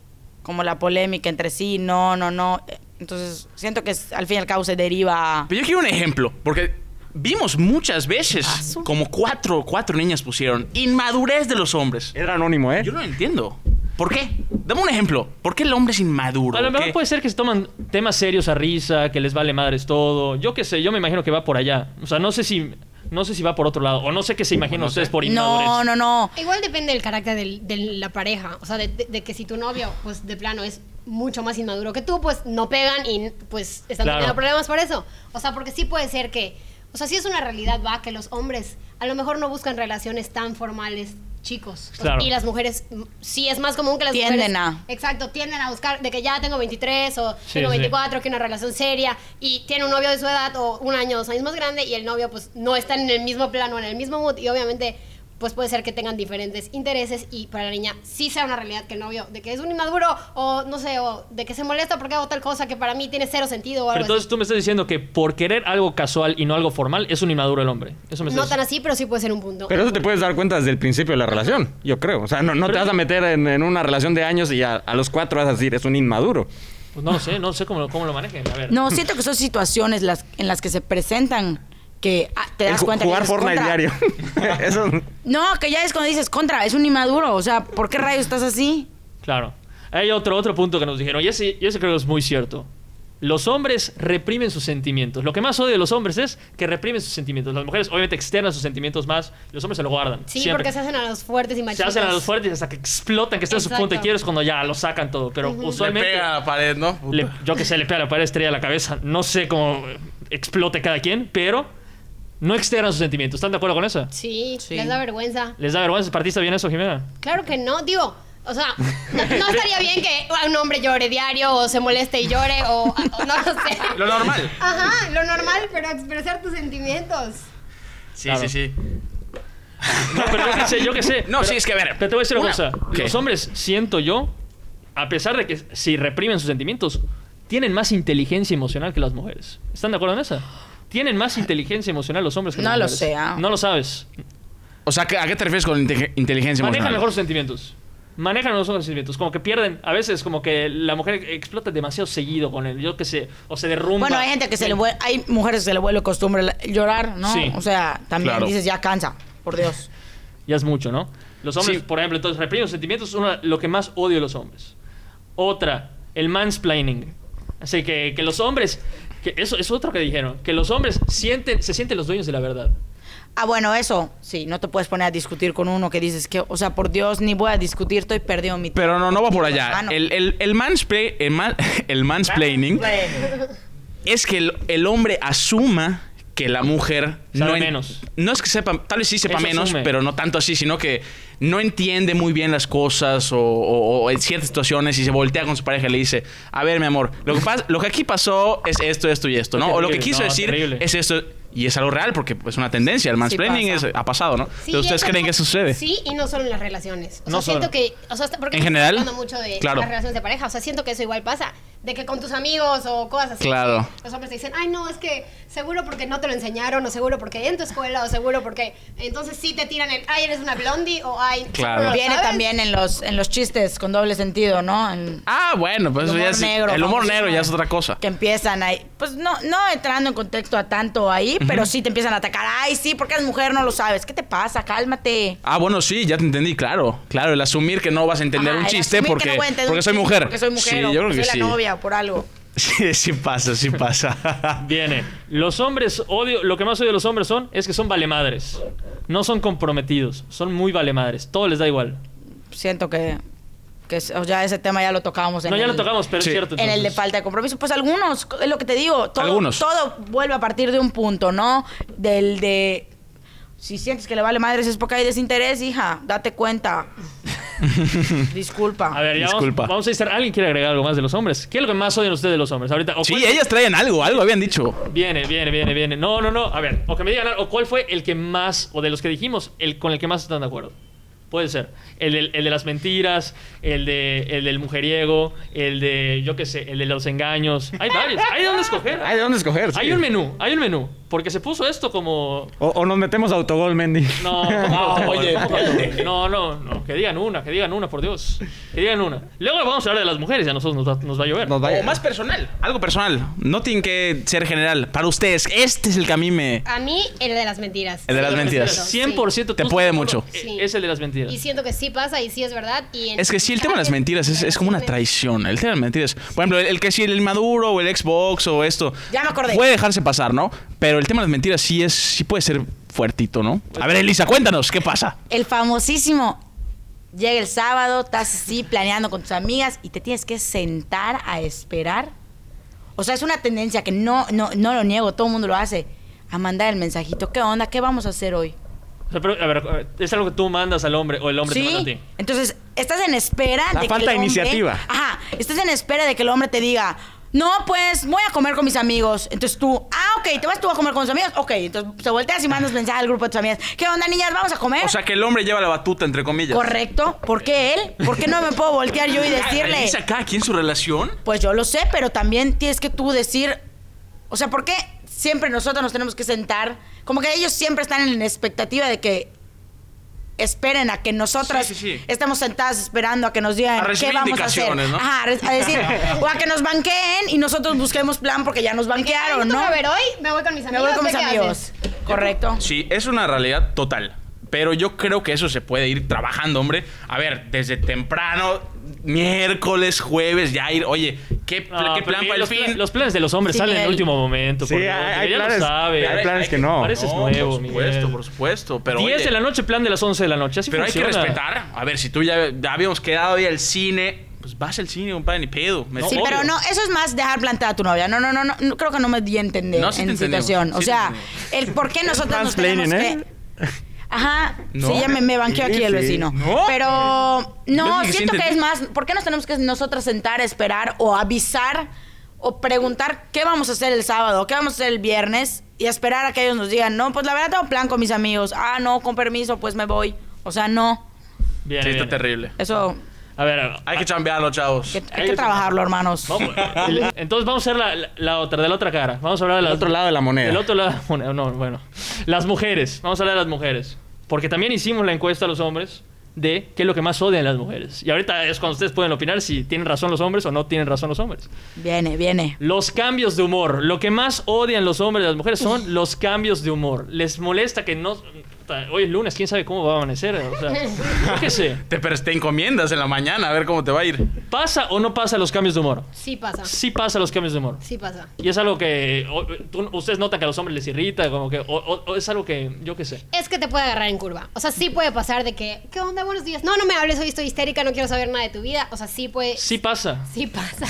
Speaker 4: como la polémica entre sí, no, no, no. Entonces siento que es- al fin y al cabo se deriva a-
Speaker 3: Pero yo quiero un ejemplo, porque vimos muchas veces, como cuatro, cuatro niñas pusieron, inmadurez de los hombres.
Speaker 2: Era anónimo, ¿eh?
Speaker 3: Yo no lo entiendo. ¿Por qué? Dame un ejemplo. ¿Por qué el hombre es inmaduro?
Speaker 1: A lo mejor pues,
Speaker 3: ¿Qué?
Speaker 1: puede ser que se toman temas serios a risa, que les vale madres todo. Yo qué sé, yo me imagino que va por allá. O sea, no sé si, no sé si va por otro lado. O no sé qué se imaginan ustedes por inmadurez.
Speaker 4: No, no, no.
Speaker 5: Igual depende del carácter del- de la pareja. O sea, de, de- de que si tu novio, pues de plano es mucho más inmaduro que tú, pues no pegan y pues están
Speaker 1: Claro.
Speaker 5: teniendo problemas por eso. O sea, porque sí puede ser que. O sea, sí es una realidad, va, que los hombres a lo mejor no buscan relaciones tan formales chicos. O sea,
Speaker 1: Claro.
Speaker 5: y las mujeres, mm, sí es más común que las mujeres.
Speaker 4: Tienden a.
Speaker 5: Exacto, tienden a buscar de que ya tengo 23 o
Speaker 1: Sí,
Speaker 5: tengo
Speaker 1: sí.
Speaker 5: 24, que una relación seria y tiene un novio de su edad o un año, dos años más grande y el novio pues no está en el mismo plano, en el mismo mood y obviamente pues puede ser que tengan diferentes intereses y para la niña sí sea una realidad que el novio, de que es un inmaduro o no sé, o de que se molesta porque hago tal cosa que para mí tiene cero sentido o
Speaker 1: Pero
Speaker 5: algo
Speaker 1: entonces tú me estás diciendo que por querer algo casual y no algo formal es un inmaduro el hombre. Eso me estás
Speaker 5: así. No tan así, pero sí puede ser un punto.
Speaker 2: Pero eso te puedes dar cuenta desde el principio de la relación, yo creo. O sea, no, no te vas a meter en, en una relación de años y a, a los cuatro vas a decir, es un inmaduro.
Speaker 1: Pues no lo sé, no sé cómo lo, cómo lo manejen. A ver.
Speaker 4: No, siento que son situaciones las, en las que se presentan que ah, te
Speaker 2: El
Speaker 4: das
Speaker 2: ju-
Speaker 4: cuenta que
Speaker 2: jugar
Speaker 4: dices,
Speaker 2: Fortnite
Speaker 4: "Contra".
Speaker 2: diario. <laughs> eso.
Speaker 4: No, que ya es cuando dices contra, es un inmaduro. O sea, ¿por qué rayos estás así?
Speaker 1: Claro. Hay otro, otro punto que nos dijeron, y ese, y ese creo que es muy cierto. Los hombres reprimen sus sentimientos. Lo que más odio de los hombres es que reprimen sus sentimientos. Las mujeres obviamente externan sus sentimientos más, los hombres se lo guardan.
Speaker 5: sí,
Speaker 1: siempre.
Speaker 5: porque se hacen a los fuertes y
Speaker 1: Se
Speaker 5: machistas.
Speaker 1: hacen a los fuertes hasta que explotan, que están en su
Speaker 5: Exacto.
Speaker 1: punto de quiebres cuando ya lo sacan todo. Pero
Speaker 3: Le
Speaker 1: usualmente.
Speaker 3: pega a la pared, ¿no? Puta.
Speaker 1: le- yo que sé, le pega la pared estrella a la cabeza. No sé cómo eh, explote cada quien, pero no externan sus sentimientos. ¿Están de acuerdo con eso?
Speaker 5: Sí,
Speaker 4: Sí.
Speaker 5: les da vergüenza.
Speaker 1: ¿Les da vergüenza? ¿Partiste bien eso, Jimena?
Speaker 5: Claro que no, digo. O sea, no, no estaría bien que un hombre llore diario o se moleste y llore o, o no
Speaker 1: <laughs>
Speaker 5: lo sé.
Speaker 3: Lo normal.
Speaker 5: Ajá, lo normal, pero expresar tus sentimientos.
Speaker 3: Sí,
Speaker 1: Claro.
Speaker 3: sí, sí.
Speaker 1: No, pero yo qué sé, yo qué sé.
Speaker 3: <laughs> No,
Speaker 1: Pero-
Speaker 3: sí, es que a ver.
Speaker 1: Pero te voy a decir una
Speaker 3: Una-
Speaker 1: cosa.
Speaker 3: ¿Qué?
Speaker 1: Los hombres, siento yo, a pesar de que si reprimen sus sentimientos, tienen más inteligencia emocional que las mujeres. ¿Están de acuerdo en eso? Tienen más inteligencia emocional los hombres que
Speaker 4: No
Speaker 1: las
Speaker 4: lo
Speaker 1: mujeres.
Speaker 4: sé, ah.
Speaker 1: No lo sabes.
Speaker 3: O sea, ¿a qué te refieres con inte- inteligencia
Speaker 1: Manejan
Speaker 3: emocional?
Speaker 1: mejor sus sentimientos. Manejan mejor sus sentimientos. Como que pierden. A veces, como que la mujer explota demasiado seguido con él. Yo qué sé. O se derrumba.
Speaker 4: Bueno, hay gente que se le vuelve, hay mujeres que se le vuelve costumbre la- llorar, ¿no?
Speaker 1: Sí.
Speaker 4: O sea, también
Speaker 3: Claro.
Speaker 4: dices, ya cansa, por Dios.
Speaker 1: Ya es mucho, ¿no? Los hombres,
Speaker 3: Sí.
Speaker 1: por ejemplo, entonces reprimen los sentimientos, es una- lo que más odio de los hombres. Otra, el mansplaining. Así que, que los hombres, que eso es otro que dijeron, que los hombres sienten, se sienten los dueños de la verdad.
Speaker 4: Ah, bueno, eso, sí, no te puedes poner a discutir con uno que dices que, o sea, por Dios, ni voy a discutir, estoy perdido mi
Speaker 3: Pero Ah, no, no va por allá.
Speaker 4: Hermano.
Speaker 3: El, el, el, manspla- el, man- <laughs> el mansplaining es que el, el hombre asuma que la mujer
Speaker 1: Sabe
Speaker 3: no en-
Speaker 1: menos.
Speaker 3: No es que sepa, tal vez sí sepa
Speaker 1: Eso
Speaker 3: menos,
Speaker 1: asume.
Speaker 3: pero no tanto así, sino que no entiende muy bien las cosas o, o- o en ciertas situaciones y se voltea con su pareja y le dice, a ver mi amor, lo que, pas- lo que aquí pasó es esto, esto y esto, ¿no? o lo que
Speaker 1: Terrible,
Speaker 3: quiso
Speaker 1: no,
Speaker 3: decir
Speaker 1: terrible.
Speaker 3: es esto. Y es algo real porque es una tendencia. El mansplaining
Speaker 4: pasa.
Speaker 3: es- ha pasado, ¿no?
Speaker 5: Sí,
Speaker 3: Entonces, ¿Ustedes
Speaker 5: eso
Speaker 3: creen
Speaker 5: no-
Speaker 3: que eso sucede?
Speaker 5: Sí, y no solo en las relaciones. O
Speaker 1: No
Speaker 5: sea, siento
Speaker 1: solo.
Speaker 5: que. O sea, hasta- porque
Speaker 3: En general,
Speaker 5: Hablando mucho de
Speaker 3: claro.
Speaker 5: las relaciones de pareja. O sea, siento que eso igual pasa. De que con tus amigos o cosas así.
Speaker 3: Claro.
Speaker 5: Los hombres te dicen, ay, no, es que seguro porque no te lo enseñaron, o seguro porque en tu escuela, o seguro porque. Entonces sí te tiran el, ay, eres una blondie, o ay.
Speaker 3: Claro.
Speaker 5: ¿lo
Speaker 4: Viene
Speaker 5: sabes?".
Speaker 4: también en los, en los chistes con doble sentido, ¿no? En-
Speaker 3: Ah, bueno, pues eso ya es- el humor
Speaker 4: famosísimo,
Speaker 3: negro ya es otra cosa.
Speaker 4: Que empiezan ahí, pues no, no entrando en contexto a tanto ahí, pero sí te empiezan a atacar. Ay, sí, porque eres mujer, no lo sabes. ¿Qué te pasa? Cálmate.
Speaker 3: Ah, bueno, sí, ya te entendí, claro. Claro, el asumir que no vas a entender
Speaker 4: Ajá,
Speaker 3: un
Speaker 4: el
Speaker 3: chiste
Speaker 4: asumir que
Speaker 3: porque,
Speaker 4: no voy a entender
Speaker 3: porque
Speaker 4: un
Speaker 3: soy
Speaker 4: chiste
Speaker 3: mujer.
Speaker 4: Porque soy mujer
Speaker 3: Sí,
Speaker 4: o
Speaker 3: yo creo
Speaker 4: porque
Speaker 3: que
Speaker 4: soy
Speaker 3: sí.
Speaker 4: la novia o por algo.
Speaker 3: <laughs> Sí, sí pasa,
Speaker 4: <laughs>
Speaker 3: sí pasa.
Speaker 1: Viene. Los hombres odio, lo que más odio de los hombres son, es que son valemadres. No son comprometidos, son muy valemadres. Todo les da igual.
Speaker 4: Siento que, que es- o ya ese tema ya lo tocábamos en
Speaker 1: No, ya
Speaker 4: el,
Speaker 1: lo tocamos, pero
Speaker 3: Sí.
Speaker 1: es cierto.
Speaker 4: En el de
Speaker 1: entonces.
Speaker 4: falta de compromiso. Pues algunos, es lo que te digo. Todo,
Speaker 3: Algunos.
Speaker 4: Todo vuelve a partir de un punto, ¿no? Del de. Si sientes que le vale madres es porque hay desinterés, hija.
Speaker 1: <laughs>
Speaker 4: Date cuenta. Disculpa.
Speaker 1: A ver, ya vamos,
Speaker 3: Disculpa.
Speaker 1: vamos a estar. ¿Alguien quiere agregar algo más de los hombres? ¿Qué es lo que más odian ustedes de los hombres? Ahorita, o
Speaker 3: Sí,
Speaker 4: pues,
Speaker 1: cuál-
Speaker 3: ellas traen algo, algo habían dicho.
Speaker 1: Viene, viene, viene, viene. No, no, no. A ver, o que me digan, o cuál fue el que más, o de los que dijimos, el con el que más están de acuerdo. Puede ser. El, del- el de las mentiras, el, de, el del mujeriego, el de, yo qué sé, el de los engaños. Hay varios. Hay de dónde escoger.
Speaker 2: Hay de dónde escoger. sí.
Speaker 1: Hay un menú, hay un menú. Porque se puso esto como...
Speaker 2: O, o nos metemos a autogol, Mendy.
Speaker 1: <laughs> No,
Speaker 2: <laughs>
Speaker 1: ¿cómo que
Speaker 3: Ah, oye.
Speaker 1: ¿Cómo que no, no, no, que digan una, que digan una, por Dios. Que digan una. Luego vamos a hablar de las mujeres y a nosotros nos va, nos va a llover.
Speaker 2: Nos vaya.
Speaker 3: O más personal. Algo personal. No tiene que ser general. Para ustedes, este es el que a mí me...
Speaker 4: Ah,
Speaker 5: A mí, el de las mentiras.
Speaker 3: El de las
Speaker 5: Sí,
Speaker 3: mentiras.
Speaker 1: 100% tú
Speaker 3: Te
Speaker 1: estás
Speaker 3: puede
Speaker 1: de acuerdo,
Speaker 3: mucho.
Speaker 1: eh,
Speaker 5: Sí.
Speaker 1: Es el de las mentiras.
Speaker 5: Y siento que sí pasa y sí es verdad. Y en-
Speaker 3: Es que sí, el tema de las mentiras es, es como una traición. El tema de las mentiras. Por ejemplo, el, el que sí, el maduro o el Xbox o esto.
Speaker 4: Ya me acordé.
Speaker 3: Puede dejarse pasar, ¿no? Pero el tema de las mentiras sí, es, sí puede ser fuertito, ¿no? A ver, Elisa, cuéntanos, ¿qué pasa?
Speaker 4: El famosísimo. Llega el sábado, estás así planeando con tus amigas y te tienes que sentar a esperar. O sea, es una tendencia que no, no, no lo niego, todo el mundo lo hace. A mandar el mensajito. ¿Qué onda? ¿Qué vamos a hacer hoy?
Speaker 1: O sea, pero, a ver, a ver, es algo que tú mandas al hombre o el hombre te manda a ti.
Speaker 4: Sí. Entonces, estás en espera
Speaker 2: La
Speaker 4: de
Speaker 2: falta
Speaker 4: que
Speaker 2: de
Speaker 4: el hombre-
Speaker 2: iniciativa.
Speaker 4: Ajá. Estás en espera de que el hombre te diga, no, pues voy a comer con mis amigos. Entonces tú, ah, ok, ¿te vas tú a comer con tus amigas? Ok, entonces te volteas y
Speaker 2: Ah.
Speaker 4: mandas mensaje al grupo de tus amigas. ¿Qué onda, niñas? ¿Vamos a comer?
Speaker 3: O sea, que el hombre lleva la batuta, entre comillas.
Speaker 4: Correcto. ¿Por qué él? ¿Por qué no me puedo voltear
Speaker 2: <laughs>
Speaker 4: yo y decirle?
Speaker 3: ¿Revisa cada quien su relación?
Speaker 4: Pues yo lo sé, pero también tienes que tú decir, o sea, ¿por qué siempre nosotros nos tenemos que sentar? Como que ellos siempre están en expectativa de que esperen a que nosotras
Speaker 3: Sí, sí, sí.
Speaker 4: estemos sentadas esperando a que nos digan
Speaker 3: A recibir
Speaker 4: qué vamos a hacer.
Speaker 3: indicaciones, ¿no?
Speaker 4: Ajá, a re-
Speaker 3: <laughs>
Speaker 4: a decir, o a que nos banqueen y nosotros busquemos plan porque ya nos banquearon, ¿no?
Speaker 5: A ver, hoy me voy con mis
Speaker 4: Me
Speaker 5: amigos.
Speaker 4: voy con
Speaker 5: ¿tú
Speaker 4: mis
Speaker 5: qué
Speaker 4: amigos.
Speaker 5: haces?
Speaker 4: Correcto.
Speaker 3: Sí, es una realidad total. Pero yo creo que eso se puede ir trabajando, hombre. A ver, desde temprano, miércoles, jueves, ya ir. Oye, ¿qué, pl-
Speaker 1: Ah,
Speaker 3: qué plan
Speaker 1: porque
Speaker 3: para el
Speaker 1: los, pla-
Speaker 3: fin?
Speaker 1: los planes de los hombres
Speaker 4: Sí,
Speaker 1: salen en el
Speaker 4: Miguel.
Speaker 1: último momento.
Speaker 2: Sí,
Speaker 1: por Dios,
Speaker 2: hay, hay
Speaker 1: ya lo
Speaker 2: planes,
Speaker 1: sabe.
Speaker 2: hay planes que no.
Speaker 1: Parece- Ese es
Speaker 3: No,
Speaker 1: nuevo,
Speaker 3: Por supuesto,
Speaker 1: Miguel.
Speaker 3: por supuesto. Pero
Speaker 1: 10
Speaker 3: oye,
Speaker 1: de la noche, plan de las 11 de la noche. Así
Speaker 3: Pero hay que
Speaker 1: funciona.
Speaker 3: respetar. A ver, si tú ya, ya habíamos quedado hoy al cine, pues vas al cine, compadre, ni pedo. Me-
Speaker 4: Sí,
Speaker 1: obvio.
Speaker 4: pero no, eso es más dejar plantada a tu novia. No, no, no, no, no, creo que no me di a entender
Speaker 3: No, sí te
Speaker 4: en
Speaker 3: entendemos,
Speaker 4: situación. O
Speaker 3: sí te
Speaker 4: sea,
Speaker 3: entendemos.
Speaker 4: el por qué nosotros nos tenemos
Speaker 2: Mansplaining,
Speaker 4: que...
Speaker 2: ¿eh?
Speaker 4: Ajá,
Speaker 3: No.
Speaker 4: sí, ya me, me banqueó aquí
Speaker 2: Sí,
Speaker 4: el
Speaker 2: sí.
Speaker 4: vecino.
Speaker 3: No.
Speaker 4: Pero
Speaker 3: Yo dije
Speaker 4: no,
Speaker 3: que sí
Speaker 4: siento que
Speaker 3: entendí.
Speaker 4: es más, ¿por qué nos tenemos que nosotros sentar, esperar o avisar o preguntar qué vamos a hacer el sábado, qué vamos a hacer el viernes y esperar a que ellos nos digan, no, pues la verdad tengo plan con mis amigos, ah, no, con permiso, pues me voy. O sea, no,
Speaker 1: Bien,
Speaker 3: Sí,
Speaker 1: bien.
Speaker 3: está terrible.
Speaker 4: eso
Speaker 1: A ver, a-
Speaker 4: Ah,
Speaker 3: Hay que chambearlo, chavos.
Speaker 4: que- hay que trabajarlo, hermanos.
Speaker 1: vamos. El- Entonces vamos a hacer la, la- la otra, de la otra cara. Vamos a hablar de la
Speaker 2: Del otro lado de la moneda.
Speaker 1: Del otro lado. bueno, no, bueno. Las mujeres. Vamos a hablar de las mujeres. Porque también hicimos la encuesta a los hombres de qué es lo que más odian las mujeres. Y ahorita es cuando ustedes pueden opinar si tienen razón los hombres o no tienen razón los hombres.
Speaker 4: Viene, viene.
Speaker 1: Los cambios de humor. Lo que más odian los hombres y las mujeres son los cambios de humor. Les molesta que no... puta, Hoy es lunes, quién sabe cómo va a amanecer. O sea, yo qué sé.
Speaker 3: Te, pero te encomiendas en la mañana a ver cómo te va a ir.
Speaker 1: ¿Pasa o no pasa los cambios de humor?
Speaker 5: Sí pasa.
Speaker 1: Sí pasa los cambios de humor.
Speaker 5: Sí pasa.
Speaker 1: Y es algo que o- tú- ustedes notan que a los hombres les irrita, como que o, o- o es algo que yo qué sé.
Speaker 5: Es que te puede agarrar en curva. O sea, sí puede pasar de que, ¿qué onda? Buenos días. No, no me hables, hoy estoy histérica, no quiero saber nada de tu vida. O sea, sí puede.
Speaker 1: Sí pasa.
Speaker 5: Sí pasa.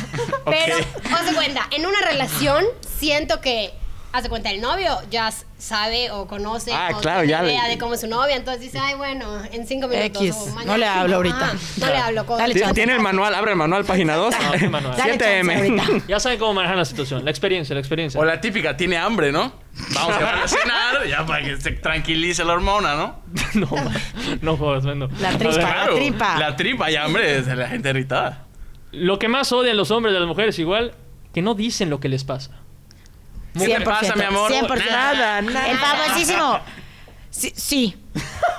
Speaker 5: Pero, haz de cuenta, en una relación siento que, haz de cuenta, el novio ya s- sabe o conoce
Speaker 2: Ah,
Speaker 5: o
Speaker 2: claro,
Speaker 5: tiene
Speaker 2: ya le-
Speaker 5: idea de cómo es su novia, entonces dice, ay, bueno, en cinco minutos
Speaker 4: X,
Speaker 5: o mañana".
Speaker 4: no le hablo ahorita.
Speaker 5: Ajá, no le hablo. con-
Speaker 4: Dale
Speaker 2: Ti- Tiene el manual, abre el manual, página 2.
Speaker 1: No, qué
Speaker 2: <laughs>
Speaker 1: manual.
Speaker 4: Dale chance
Speaker 2: 7M.
Speaker 4: ahorita.
Speaker 1: Ya saben cómo manejan la situación, la experiencia, la experiencia.
Speaker 3: O la típica, tiene hambre, ¿no? Vamos a <laughs> relacionar, ya para que se tranquilice la hormona, ¿no?
Speaker 1: <laughs> no, no jodas, no.
Speaker 4: La
Speaker 1: A ver,
Speaker 4: trispa. La tripa.
Speaker 3: La tripa y hambre es de la gente irritada.
Speaker 1: lo que más odian los hombres de las mujeres igual, que no dicen lo que les pasa.
Speaker 3: ¿Qué te pasa, mi amor?
Speaker 4: 100%.
Speaker 3: Nada,
Speaker 2: nada.
Speaker 4: El famosísimo. Sí. sí.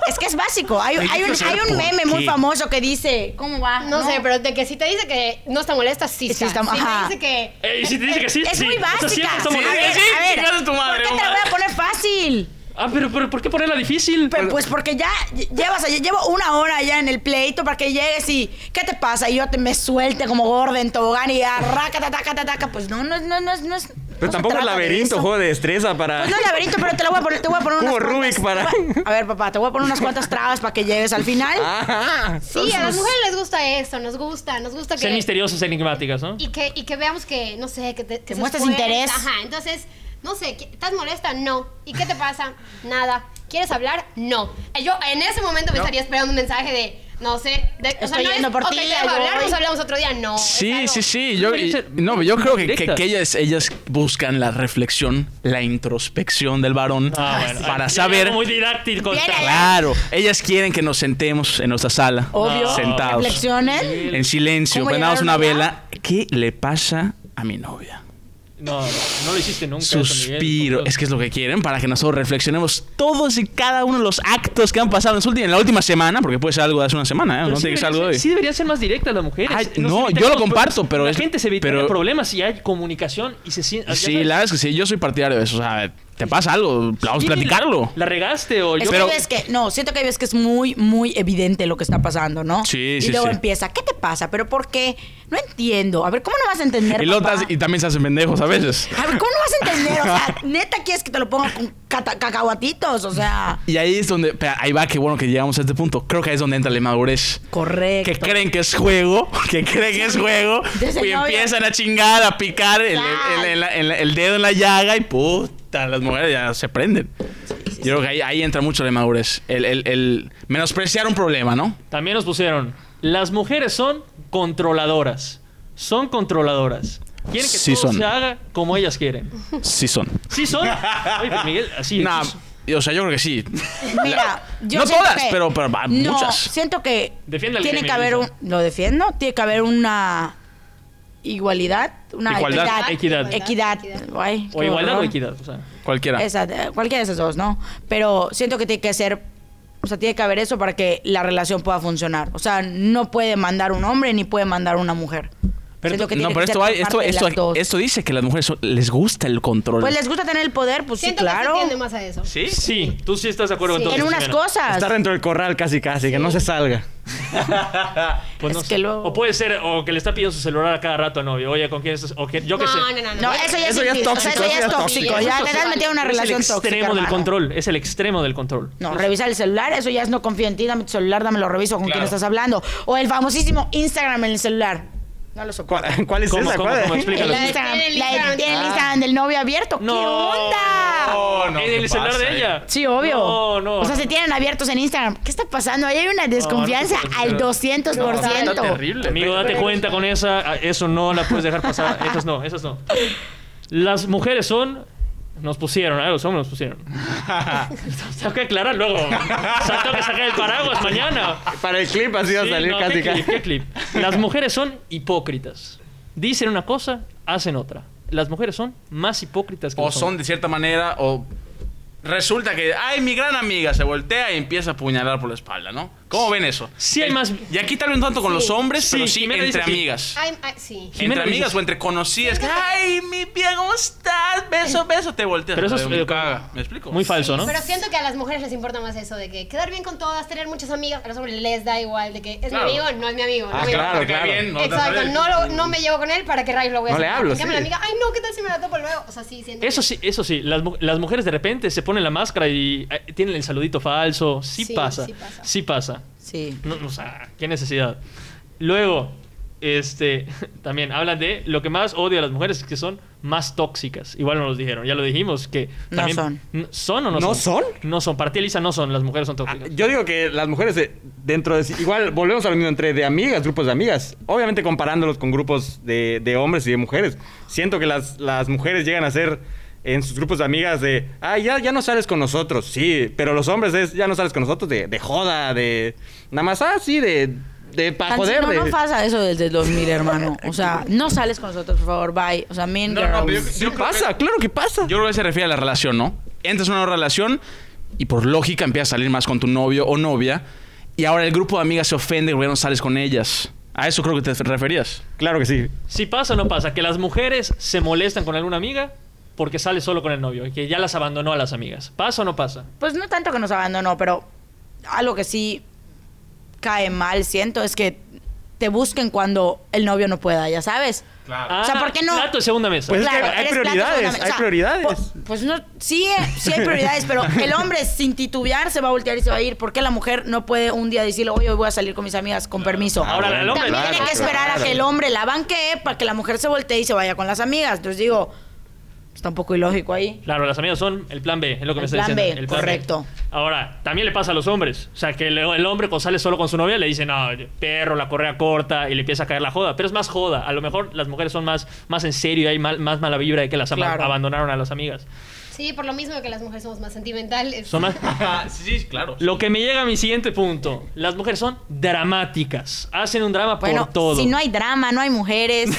Speaker 4: Es que es básico. Hay,
Speaker 3: Hay que
Speaker 4: hay un,
Speaker 3: saber
Speaker 4: hay un
Speaker 3: por
Speaker 4: meme muy
Speaker 3: qué.
Speaker 4: famoso que dice, ¿cómo va?
Speaker 5: No, sé, pero de que si te dice que no está molesta, sí
Speaker 4: Sí
Speaker 5: está.
Speaker 4: está-
Speaker 5: Si te
Speaker 4: ajá.
Speaker 5: dice que...
Speaker 1: Eh, y si <laughs> te dice que sí,
Speaker 4: Es
Speaker 1: sí.
Speaker 4: muy
Speaker 1: O sea,
Speaker 4: básica.
Speaker 1: siempre está
Speaker 4: A
Speaker 1: mal.
Speaker 4: ver,
Speaker 3: Sí,
Speaker 4: a ver,
Speaker 3: chingar a tu madre,
Speaker 4: ¿Por qué te la
Speaker 3: Omar.
Speaker 4: voy a poner fácil?
Speaker 1: Ah, pero, pero ¿por qué ponerla difícil?
Speaker 4: Pero, pues porque ya lle- llevas allá- llevo una hora ya en el pleito para que llegues y ¿qué te pasa? Y yo te me suelte como gorda en tobogán y arraca, taca, taca, taca. Pues no, no, no, no, es- no es. no
Speaker 2: Pero
Speaker 4: se
Speaker 2: tampoco es
Speaker 4: trata de
Speaker 2: laberinto,
Speaker 4: eso.
Speaker 2: juego de destreza para.
Speaker 4: Pues no laberinto, pero te la voy a poner, te voy a poner
Speaker 2: Cubo
Speaker 4: unas
Speaker 2: Rubik para- Ah,
Speaker 4: te voy a- A ver, papá, te voy a poner unas cuantas trabas para que llegues al final.
Speaker 2: <laughs> Ajá.
Speaker 5: Sí, a las mujeres les gusta eso, nos gusta, nos gusta que...
Speaker 1: Ser misteriosas, enigmáticas, ¿no?
Speaker 5: y que, y que veamos que, no sé, que te que se
Speaker 4: muestres
Speaker 5: esfuerza.
Speaker 4: interés.
Speaker 5: Ajá, entonces, no sé, ¿qué- ¿estás molesta? No. ¿Y qué te pasa? Nada. ¿Quieres hablar? No. Eh, Yo en ese momento me estaría esperando un mensaje de, no sé, de, o sea,
Speaker 4: Estoy
Speaker 5: no es,
Speaker 4: yendo por
Speaker 5: "Ok,
Speaker 4: ti,
Speaker 5: te
Speaker 4: ahí
Speaker 5: dejo hablar,
Speaker 4: voy".
Speaker 5: nos hablamos otro día. No. es
Speaker 3: Sí,
Speaker 5: algo-
Speaker 3: sí, sí. Yo, y-
Speaker 1: Directas.
Speaker 3: no, yo creo que, que,
Speaker 1: Directas.
Speaker 3: que ellas, ellas buscan la reflexión, la introspección del varón
Speaker 1: Ah, bueno.
Speaker 3: para
Speaker 1: Ya
Speaker 3: saber.
Speaker 1: llegó Muy didáctico.
Speaker 4: Bien,
Speaker 1: Está-
Speaker 3: Claro, ellas quieren que nos sentemos en nuestra sala,
Speaker 4: Obvio.
Speaker 3: sentados,
Speaker 4: Reflexionen.
Speaker 3: en silencio,
Speaker 4: ¿Cómo
Speaker 3: prendamos
Speaker 4: llegaron
Speaker 3: una
Speaker 4: allá?
Speaker 3: vela. ¿Qué le pasa a mi novia?
Speaker 1: No, no, no lo hiciste nunca. eso, Miguel, por
Speaker 3: Suspiro.
Speaker 1: Dios.
Speaker 3: Es que es lo que quieren para que nosotros reflexionemos todos y cada uno de los actos que han pasado en, su ulti- en la última semana, porque puede ser algo de hace una semana, ¿eh?
Speaker 1: Pero
Speaker 3: no
Speaker 1: Pues sí
Speaker 3: tiene que ser
Speaker 1: deberían
Speaker 3: algo de
Speaker 1: ser-
Speaker 3: hoy.
Speaker 1: Sí deberían ser más directas las mujeres.
Speaker 3: Ay,
Speaker 1: Nos
Speaker 3: no,
Speaker 1: evitamos
Speaker 3: yo lo
Speaker 1: pro-
Speaker 3: comparto, pero
Speaker 1: La
Speaker 3: es-
Speaker 1: gente se evita
Speaker 3: pero-
Speaker 1: problemas si hay comunicación y se siente...
Speaker 3: Sí, la verdad es que sí, yo soy partidario de eso. O sea, te pasa algo, vamos a platicarlo.
Speaker 1: La regaste o
Speaker 4: Es
Speaker 1: yo...
Speaker 4: que hay
Speaker 3: Pero-
Speaker 4: veces que, no, siento que hay veces que es muy, muy evidente lo que está pasando, ¿no?
Speaker 3: Sí,
Speaker 4: y
Speaker 3: sí,
Speaker 4: luego
Speaker 3: sí.
Speaker 4: empieza, ¿qué te pasa? ¿Pero por qué? No entiendo. A ver, ¿cómo no vas a entender,
Speaker 3: Y, luego te
Speaker 4: papá?
Speaker 3: hace- y también se hacen pendejos a veces.
Speaker 4: A ver, ¿cómo no vas a entender? O sea, ¿neta quieres que te lo ponga con cata- cacahuatitos? O sea,
Speaker 3: Y ahí es donde, pero ahí va, que bueno que llegamos a este punto. Creo que ahí es donde entra la inmadurez.
Speaker 4: correcto.
Speaker 3: Que creen que es juego, <laughs> que creen que es juego,
Speaker 4: <laughs> Desde
Speaker 3: y
Speaker 4: novio.
Speaker 3: empiezan a chingar, a picar el, el- el- el- el- el dedo en la llaga y puta, las mujeres ya se prenden. Yo creo que ahí, ahí entra mucho la inmadurez. El, el- el menospreciar un problema,
Speaker 4: <laughs>
Speaker 3: ¿no?
Speaker 1: También nos pusieron... Las mujeres son controladoras. Son controladoras. Quieren que
Speaker 3: Sí
Speaker 1: todo
Speaker 3: son.
Speaker 1: se haga como ellas quieren.
Speaker 3: Sí son.
Speaker 1: Sí
Speaker 3: <laughs>
Speaker 1: son. Oye, pero Miguel, así
Speaker 3: Nah,
Speaker 1: es.
Speaker 3: o sea, yo creo que sí.
Speaker 4: <laughs> Mira, yo
Speaker 3: no
Speaker 4: siento
Speaker 3: todas,
Speaker 4: que-
Speaker 3: pero, pero va,
Speaker 4: No,
Speaker 3: muchas.
Speaker 4: Siento que
Speaker 1: Defienda al
Speaker 4: tiene que
Speaker 1: gremio,
Speaker 4: haber un,
Speaker 1: Lisa.
Speaker 4: lo defiendo, tiene que haber una igualdad, una
Speaker 3: Igualdad.
Speaker 1: Equidad.
Speaker 4: equidad, equidad, Ay,
Speaker 1: O
Speaker 4: qué
Speaker 1: igualdad o
Speaker 4: horror.
Speaker 1: equidad. O sea,
Speaker 3: Cualquiera.
Speaker 4: Esa, eh, cualquiera de esas dos, ¿no? Pero siento que tiene que ser, o sea, tiene que haber eso para que la relación pueda funcionar. O sea, no puede mandar un hombre ni puede mandar una mujer.
Speaker 3: Pero,
Speaker 4: Siento que
Speaker 3: no,
Speaker 4: tiene
Speaker 3: pero
Speaker 4: que
Speaker 3: esto,
Speaker 4: ser
Speaker 3: hay- esto,
Speaker 4: parte de
Speaker 3: esto,
Speaker 4: las dos.
Speaker 3: esto dice que las mujeres son- les gusta el control.
Speaker 4: Pues les gusta tener el poder, pues
Speaker 5: Siento
Speaker 4: sí,
Speaker 5: que se
Speaker 4: claro.
Speaker 5: tiende más a eso.
Speaker 3: ¿Sí?
Speaker 1: sí, tú sí estás de acuerdo
Speaker 5: Sí.
Speaker 1: entonces.
Speaker 4: En unas
Speaker 1: Jimena.
Speaker 4: cosas.
Speaker 2: Estar dentro del corral casi casi, que no se salga.
Speaker 1: Pues no
Speaker 4: Es
Speaker 1: sé.
Speaker 4: que luego-
Speaker 1: O puede ser, o que le está pidiendo su celular a cada rato al novio. Oye, ¿con quién estás? O que, yo qué
Speaker 5: No,
Speaker 1: sé.
Speaker 5: no, no, no.
Speaker 4: No,
Speaker 2: Eso
Speaker 4: eso ya, es,
Speaker 2: ya es
Speaker 4: infiel. O sea,
Speaker 2: tóxico,
Speaker 4: eso ya es tóxico. Ya
Speaker 5: Eso
Speaker 4: te
Speaker 5: sí
Speaker 4: has
Speaker 5: vale.
Speaker 4: metido en una
Speaker 1: Pero
Speaker 4: relación
Speaker 1: es el
Speaker 4: tóxica.
Speaker 1: extremo del
Speaker 4: hermano.
Speaker 1: control. Es el extremo del control.
Speaker 4: No, revisar el celular, eso ya es no confío en ti, dame tu celular, dame lo reviso con quién estás hablando. O el famosísimo Instagram en el celular. No lo soporto.
Speaker 2: ¿Cuál, cuál es
Speaker 1: ¿Cómo,
Speaker 2: esa?
Speaker 1: cómo,
Speaker 2: ¿Cuál?
Speaker 1: cómo?
Speaker 4: La
Speaker 1: Explícalo.
Speaker 4: de Instagram,
Speaker 5: Tiene el
Speaker 4: la de-
Speaker 5: Instagram.
Speaker 4: tiene el
Speaker 5: Ah.
Speaker 4: Instagram del novio abierto.
Speaker 1: No.
Speaker 4: ¿Qué onda?
Speaker 3: No, no,
Speaker 1: En
Speaker 3: ¿qué
Speaker 1: el celular
Speaker 3: pasa,
Speaker 1: de
Speaker 3: eh?
Speaker 1: ella.
Speaker 4: Sí, obvio.
Speaker 1: No, no.
Speaker 4: O sea,
Speaker 1: no.
Speaker 4: se tienen abiertos en Instagram. ¿Qué está pasando? Ahí hay una desconfianza
Speaker 1: puedes
Speaker 4: al
Speaker 1: creer.
Speaker 4: 200%.
Speaker 3: está terrible.
Speaker 1: Amigo, date cuenta con esa. ah, Eso no la puedes dejar
Speaker 4: <laughs>
Speaker 1: pasar. Esas no, esas no. Las mujeres son. Nos pusieron, a los hombres nos
Speaker 3: <laughs>
Speaker 1: pusieron. Tengo que aclarar luego. O sea, tengo que sacar el paraguas mañana.
Speaker 2: Para el clip así va a
Speaker 1: Sí,
Speaker 2: salir
Speaker 1: no,
Speaker 2: casi
Speaker 1: ¿qué
Speaker 2: casi.
Speaker 1: clip, qué clip? Las mujeres son hipócritas. Dicen una cosa, hacen otra. Las mujeres son más hipócritas que
Speaker 3: O
Speaker 1: los
Speaker 3: son
Speaker 1: hombres.
Speaker 3: de cierta manera, o resulta que, ay, mi gran amiga se voltea y empieza a apuñalar por la espalda, ¿no? ¿Cómo ven eso?
Speaker 1: Sí, hay
Speaker 3: El-
Speaker 1: más-
Speaker 3: Y aquí tal vez no tanto con
Speaker 5: Sí.
Speaker 3: los hombres,
Speaker 1: Sí,
Speaker 3: pero sí
Speaker 1: Jimena dice
Speaker 3: entre
Speaker 1: que-
Speaker 3: amigas.
Speaker 5: Ay, ay, sí.
Speaker 1: Jimena
Speaker 3: entre amigas
Speaker 1: dice-
Speaker 3: o entre conocidas. que, ay, mi bien, ¿cómo estás? Beso, beso, te volteas.
Speaker 1: Pero eso es
Speaker 3: Ay,
Speaker 1: medio
Speaker 3: me caga. ¿Me explico?
Speaker 1: Muy falso, ¿no?
Speaker 5: Pero siento que a las mujeres les importa más eso de que quedar bien con todas, tener muchas amigas. A los hombres les da igual de que es
Speaker 3: Claro.
Speaker 5: mi amigo, no es mi amigo. no
Speaker 2: Ah,
Speaker 5: me-
Speaker 2: claro,
Speaker 3: Te cae
Speaker 2: claro.
Speaker 3: bien, no te
Speaker 5: Exacto,
Speaker 3: sale.
Speaker 5: no, lo- no me llevo con él para que rayos lo voy a
Speaker 2: No le
Speaker 5: hacer.
Speaker 2: hablo,
Speaker 5: En cambio,
Speaker 2: sí.
Speaker 5: la amiga, ay, no, ¿qué tal si me la topo luego? O sea, sí, siento.
Speaker 1: Eso sí, eso sí. Las, mu- las mujeres de repente se ponen la máscara y eh, tienen el saludito falso. Sí,
Speaker 5: Sí,
Speaker 1: pasa,
Speaker 5: sí pasa.
Speaker 1: sí pasa.
Speaker 4: Sí.
Speaker 1: No, o sea, qué necesidad. Luego, este, <laughs> también hablan de lo que más odio a las mujeres que son más tóxicas. Igual no los dijeron, ya lo dijimos que
Speaker 4: No
Speaker 1: también-
Speaker 4: son.
Speaker 1: N- son o no,
Speaker 2: ¿No
Speaker 1: son.
Speaker 2: son?
Speaker 1: No son. Para ti, Elisa, no son. Las mujeres son
Speaker 2: Ah,
Speaker 1: tóxicas.
Speaker 2: Yo digo que las mujeres eh, dentro de sí- igual volvemos a lo mismo entre de amigas, grupos de amigas, obviamente comparándolos con grupos de, de hombres y de mujeres. Siento que las, las mujeres llegan a ser en sus grupos de amigas de, ah, ya, ya no sales con nosotros, sí, pero los hombres es, ya no sales con nosotros de, de joda, de, nada más, ah, sí, de, de pa'
Speaker 4: Cancino,
Speaker 2: joder, de,
Speaker 4: no pasa eso desde el 2000, hermano. O sea, no sales con nosotros, por favor, bye. O sea, mean
Speaker 3: No, no,
Speaker 4: girls.
Speaker 3: pero yo-
Speaker 2: Sí pasa, claro que pasa.
Speaker 3: Yo creo que se refiere a la relación, ¿no? Entras en una relación y por lógica empiezas a salir más con tu novio o novia. Y ahora el grupo de amigas se ofende porque no sales con ellas. A eso creo que te referías.
Speaker 2: claro que sí.
Speaker 1: Si pasa o no pasa, que las mujeres se molestan con alguna amiga porque sale solo con el novio y que ya las abandonó a las amigas. ¿Pasa o no pasa?
Speaker 4: Pues no tanto que nos abandonó, pero algo que sí cae mal, siento, es que te busquen cuando el novio no pueda, ya sabes.
Speaker 1: Ah,
Speaker 4: O sea, ¿por qué no?
Speaker 1: Plato de segunda mesa.
Speaker 2: Pues- es que hay
Speaker 4: eres plato
Speaker 2: prioridades,
Speaker 4: segunda-
Speaker 2: hay prioridades.
Speaker 4: po- pues no, sí, eh, sí hay prioridades, pero el hombre sin titubear se va a voltear y se va a ir. ¿Por qué la mujer no puede un día decirle, oye, hoy voy a salir con mis amigas con permiso?
Speaker 1: Ahora, el hombre-
Speaker 4: También
Speaker 2: claro,
Speaker 4: tiene que esperar
Speaker 2: claro.
Speaker 4: a que el hombre la banquee para que la mujer se voltee y se vaya con las amigas. Entonces digo, está un poco ilógico ahí.
Speaker 1: Claro, las amigas son el plan B, es lo que
Speaker 4: El
Speaker 1: me está
Speaker 4: plan
Speaker 1: diciendo.
Speaker 4: B,
Speaker 1: el
Speaker 4: correcto.
Speaker 1: Ahora, también le pasa a los hombres. O sea, que el, el hombre cuando sale solo con su novia le dice, no, perro, la correa corta, y le empieza a caer la joda. Pero es más joda. A lo mejor las mujeres son más, más en serio y hay mal- más mala vibra de que las ama-
Speaker 4: Claro.
Speaker 1: abandonaron a las amigas.
Speaker 5: Sí, por lo mismo que las mujeres somos más sentimentales.
Speaker 1: Son más...
Speaker 3: <laughs> sí, sí, claro.
Speaker 1: Lo que me llega a mi siguiente punto. Las mujeres son dramáticas. Hacen un drama
Speaker 4: Bueno,
Speaker 1: por todo.
Speaker 4: si no hay drama, no
Speaker 3: <laughs>
Speaker 4: hay mujeres.